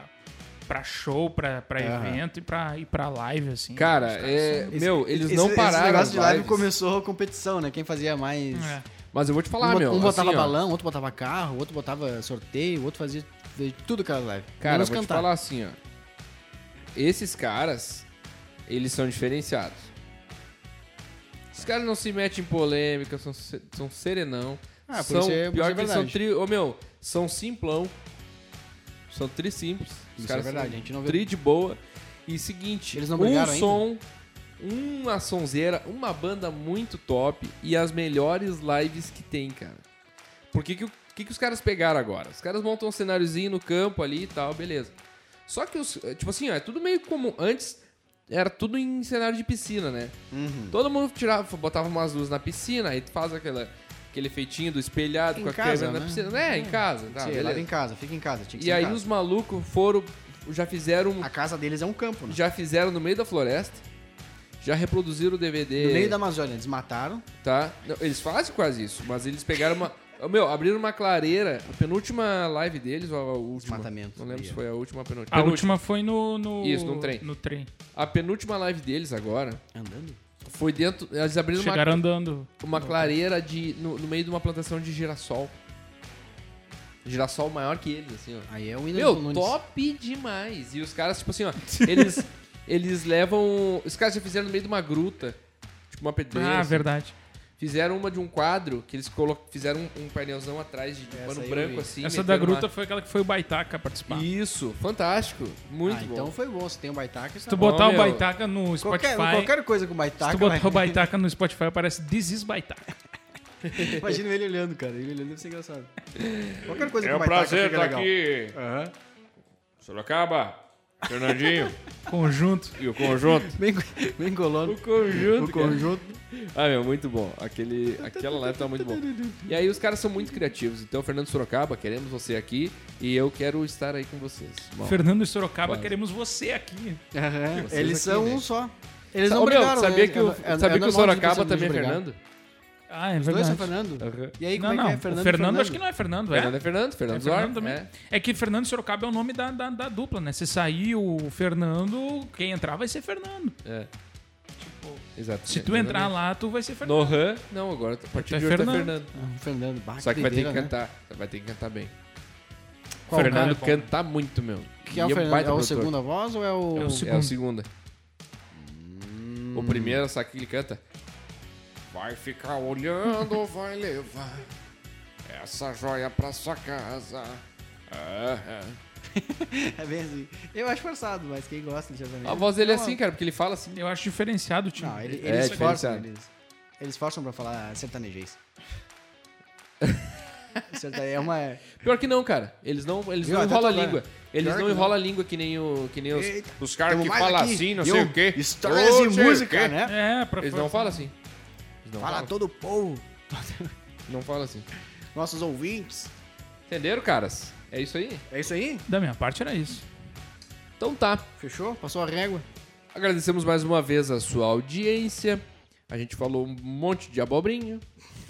S2: pra show, pra, pra
S3: Aham.
S2: evento e pra, e pra live, assim.
S1: Cara,
S2: Os caras
S1: é,
S2: são-
S1: meu, eles
S3: Esse-
S1: não
S3: esse
S1: pararam
S3: negócio
S1: as
S3: de live
S1: lives.
S3: começou a competição, né? Quem fazia mais.
S2: É.
S1: Mas eu vou te falar,
S3: um,
S1: meu.
S3: um botava
S1: assim, ó,
S3: balão, outro botava carro, outro botava sorteio, outro fazia de tudo que era live.
S1: Cara,
S3: Menos
S1: vou te falar assim, ó. Esses caras, eles são diferenciados. Os caras não se metem em polêmica, são, se- são serenão.
S3: Ah, por
S1: são,
S3: isso é- por
S1: pior
S3: isso é
S1: que eles são
S3: verdade.
S1: tri... Ô, meu, são simplão. São tri simples. Os
S3: Isso
S1: caras
S3: é verdade,
S1: são
S3: a gente não vê.
S1: tri de boa. E seguinte,
S3: Eles não
S1: um
S3: brigaram ainda?
S1: som, uma sonzeira, uma banda muito top e as melhores lives que tem, cara. Porque que, o- que, que os caras pegaram agora? Os caras montam um cenáriozinho no campo ali e tal, beleza. Só que, os, tipo assim, ó, é tudo meio comum. Antes era tudo em cenário de piscina, né?
S3: Uhum.
S1: Todo mundo tirava, botava umas luzes na piscina, aí tu faz aquela, aquele feitinho do espelhado
S3: Em
S1: com a
S3: casa,
S1: câmera na
S3: né?
S1: piscina. né? em casa. Tá,
S3: Sim,
S1: beleza.
S3: lava em casa, fica em casa. Tinha que
S1: E
S3: ser em
S1: aí
S3: casa.
S1: os malucos foram, já fizeram um
S3: A casa deles é um campo, né?
S1: já fizeram no meio da floresta, já reproduziram o DVD.
S3: No meio da Amazônia, eles mataram.
S1: Tá? Não, eles fazem quase isso, mas eles pegaram uma. Ô, Meu, abriram uma clareira, a penúltima live deles, ou a última.
S3: Desmatamento.
S1: Não lembro se foi a última ou a penúltima.
S2: A última foi no, no.
S1: Isso, no trem.
S2: No trem.
S1: A penúltima live deles agora
S3: Andando?
S1: foi dentro. Eles abriram uma,
S2: Chegaram andando.
S1: uma clareira de, no, no meio de uma plantação de girassol. Girassol maior que eles, assim, ó.
S3: Aí é o Whindersson
S1: Meu,
S3: Nunes.
S1: top demais. E os caras, tipo assim, ó, eles, eles levam. Os caras já fizeram no meio de uma gruta. Tipo uma pedreira.
S2: Ah,
S1: assim.
S2: verdade.
S1: Fizeram uma de um quadro que eles colo- fizeram um, um painelzão atrás de, de
S3: Essa
S1: pano
S3: aí eu
S1: branco,
S3: vi.
S1: assim.
S2: Essa da
S1: meteram
S2: gruta foi aquela que foi o Baitaca participar.
S1: Uma... Isso, fantástico. Muito
S3: ah,
S1: bom.
S3: então foi bom. Se tem o Baitaca, isso
S2: Se tu
S3: é
S1: bom,
S2: botar o
S1: meu.
S2: Baitaca no Spotify.
S3: Qualquer, um, qualquer coisa com
S2: se
S3: Baitaca.
S2: tu botar
S3: vai-
S2: o Baitaca no Spotify, aparece This is Baitaca.
S3: Imagina ele olhando, cara. Ele olhando deve ser engraçado. Qualquer
S1: É
S3: coisa com Baitaca fica legal.
S1: um tá aqui.
S3: Aham.
S1: Sorocaba, Fernandinho
S2: Conjunto.
S1: e o conjunto.
S3: Bem, bem colono.
S1: O conjunto,
S3: O conjunto.
S1: Ah, meu, muito bom. Aquele, aquela live tá muito bom. E aí os caras são muito criativos. Então, Fernando Sorocaba, queremos você aqui e eu quero estar aí com vocês. Bom,
S2: Fernando e Sorocaba,
S1: Quase.
S2: queremos você aqui.
S3: Aham,
S1: Vocês
S3: Eles
S1: aqui,
S3: são
S1: né?
S3: um só. Eles
S1: Sa-
S3: não
S1: Ô, meu,
S3: brigaram,
S1: sabia
S3: né?
S1: que o,
S3: É- é-
S1: sabia
S3: é
S1: que o
S3: normal de
S1: Sorocaba
S3: pessoas
S1: também é
S3: brigar.
S1: Fernando?
S2: Ah, é
S3: Os dois
S2: verdade.
S3: são Fernando? E aí, como
S2: não,
S3: é que é?
S2: não.
S3: Fernando,
S2: o Fernando, acho que não é Fernando, é.
S1: Fernando é Fernando, Fernando
S2: É
S1: Zor.
S2: Fernando também.
S1: é.
S2: É que Fernando Sorocaba é o nome da, da, da dupla, né? Se sair o Fernando, quem entrar vai ser Fernando.
S1: É.
S2: Tipo,
S1: Exato.
S2: se tu entrar lá, tu vai ser
S1: É, No
S2: Fernando.
S1: Han, não, agora a partir
S2: É
S1: de hoje tá
S2: Fernando.
S1: Fernando.
S3: Fernando, bah,
S1: Só que vai ter que
S3: doideira, né?
S1: cantar. Vai ter que cantar bem. O
S3: Qual
S1: Fernando
S2: cara? é
S1: canta muito, meu.
S3: Que é o
S1: E um
S3: Fernando?
S1: baita
S3: É o
S1: produtor.
S3: segunda voz ou é o.
S2: É o
S1: É o segunda. O primeiro, sabe o que ele canta? Vai ficar olhando, vai levar essa joia pra sua casa. Ah, ah.
S3: É bem assim. Eu acho forçado, mas quem gosta de japonês.
S1: A voz dele é
S3: Não,
S1: assim, cara, porque ele fala assim.
S2: Eu acho diferenciado, tio.
S3: Não, ele, eles
S1: É
S3: forçam.
S1: diferenciado.
S3: Eles, eles forçam pra falar sertanejês. Sertane- é uma.
S1: Pior que não, cara. Eles não, eles
S3: Viu?
S1: não
S3: Até
S1: enrolam a
S3: agora.
S1: língua. Eles
S3: Pior
S1: não
S3: que
S1: enrolam a língua que nem, o, que nem os,
S3: Eita,
S1: os caras
S3: temos
S1: que
S3: mais
S1: falam
S3: aqui.
S1: assim, não
S3: Viu?
S1: sei o quê.
S3: Histórias
S1: Não
S3: e
S1: sei o
S3: música,
S1: quê.
S3: né?
S2: É, pra
S1: Eles não falam assim. Eles não
S3: Fala
S1: falam,
S3: todo o povo,
S1: não falam assim.
S3: nossos ouvintes.
S1: Entenderam, caras? É isso aí.
S3: É isso aí?
S2: Da minha parte era isso.
S1: Então tá.
S3: Fechou? Passou a régua?
S1: Agradecemos mais uma vez a sua audiência. A gente falou um monte de abobrinha.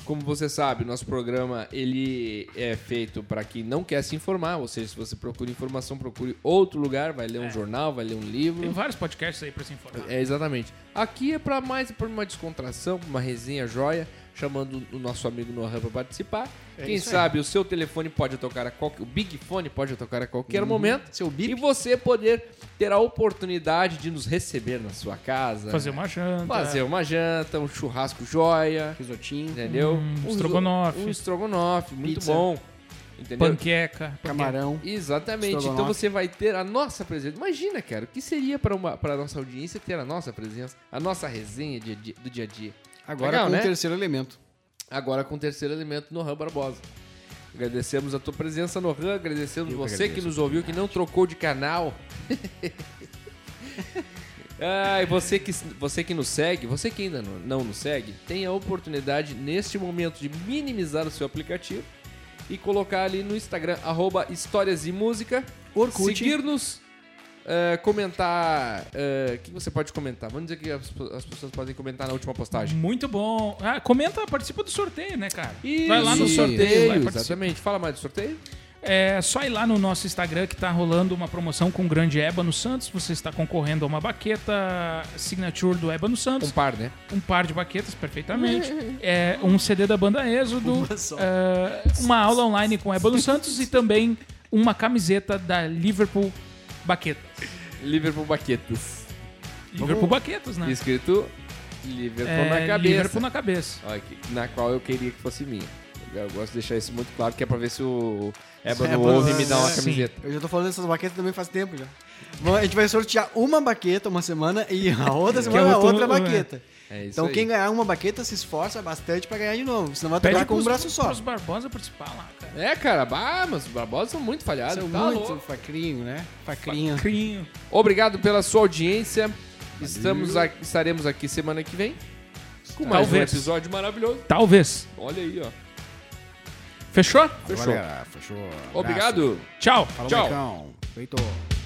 S1: Como você sabe, nosso programa ele é feito para quem não quer se informar, ou seja, se você procura informação, procure outro lugar, vai
S3: É.
S1: ler um jornal, vai ler um
S2: Tem
S1: livro.
S2: vários podcasts aí pra se informar.
S1: É exatamente. Aqui é para mais por uma descontração, uma resenha joia, chamando o nosso amigo Nohan para participar.
S2: É
S1: quem
S3: isso aí.
S1: sabe o seu telefone pode tocar a qualquer, o Big Fone pode tocar a qualquer
S2: Uhum.
S1: momento.
S3: Seu
S1: E
S3: bip.
S1: você poder ter a oportunidade de nos receber na sua casa.
S2: Fazer uma janta.
S1: é. Fazer uma janta, um churrasco joia,
S3: Risotinho.
S1: entendeu?
S2: Hum,
S1: Um
S2: estrogonofe.
S1: zo- Um estrogonofe, muito
S3: Pizza.
S1: bom. Entendeu?
S2: Panqueca.
S1: né?
S3: Camarão.
S1: Exatamente. Então
S3: Estrogonofe.
S1: você vai ter a nossa presença. Imagina, cara, o que seria para uma para nossa audiência ter a nossa presença, a nossa resenha de- de- do dia a dia.
S3: Agora
S1: Legal,
S3: com
S1: né?
S3: o terceiro elemento.
S1: Agora com o terceiro elemento no Ram Barbosa. Agradecemos a tua presença no Ram, agradecemos
S5: Eu que
S1: você que
S5: agradeço,
S1: nos ouviu, que não trocou de canal. Ah, e você que, você que nos segue, você que ainda não, não nos segue, tem a oportunidade neste momento de minimizar o seu aplicativo e colocar ali no Instagram, arroba Histórias e Música.
S3: Orkut.
S1: Seguir-nos, eh, comentar. eh, O que você pode comentar? Vamos dizer que as, as pessoas podem comentar na última postagem.
S2: Muito bom. Ah, comenta, participa do sorteio, né, cara?
S1: Isso,
S2: Vai lá no
S1: isso,
S2: sorteio. vai participar.
S1: exatamente. Fala mais do sorteio.
S2: É só ir lá no nosso Instagram que tá rolando uma promoção com o grande Ébano Santos. Você está concorrendo a uma baqueta signature do Ébano Santos.
S1: Um par, né?
S2: um par de baquetas, perfeitamente. É, um CD da banda Êxodo. é, uma aula online com Ébano Santos e também uma camiseta da Liverpool Baquetas.
S1: Liverpool Baquetas.
S2: Liverpool Baquetas, né?
S1: Escrito Liverpool
S2: É,
S1: na cabeça.
S2: Liverpool na cabeça.
S1: Olha aqui, na qual eu queria que fosse minha. Eu gosto de deixar isso muito claro, que é pra ver se o
S3: É,
S1: Ébano ouve e me dá uma
S3: sim.
S1: camiseta.
S3: Eu já tô falando dessas baquetas também faz tempo já. Bom, a gente vai sortear uma baqueta uma semana e a outra semana a
S2: outro-
S3: outra baqueta.
S1: É isso
S3: Então
S1: aí.
S3: quem ganhar uma baqueta se esforça bastante pra ganhar de novo. Senão
S1: Tá
S3: vai
S2: Pede
S3: tocar com um
S2: pros-
S3: braço só.
S2: pros Barbosa participar lá, cara.
S1: É, cara, bah, mas os Barbosa são muito falhados.
S3: São
S1: tá
S3: muito
S1: louco.
S3: facrinho, né? Facrinho.
S2: Crinho.
S1: Obrigado pela sua audiência. Estamos a- estaremos aqui semana que vem com mais
S2: Talvez.
S1: um episódio maravilhoso.
S2: Talvez.
S1: Olha aí, ó.
S2: Fechou?
S1: Fechou.
S3: Galera, fechou.
S1: Obrigado.
S2: Tchau.
S3: Abraço. Falou,
S1: Tchau.
S3: Marcão. Feito.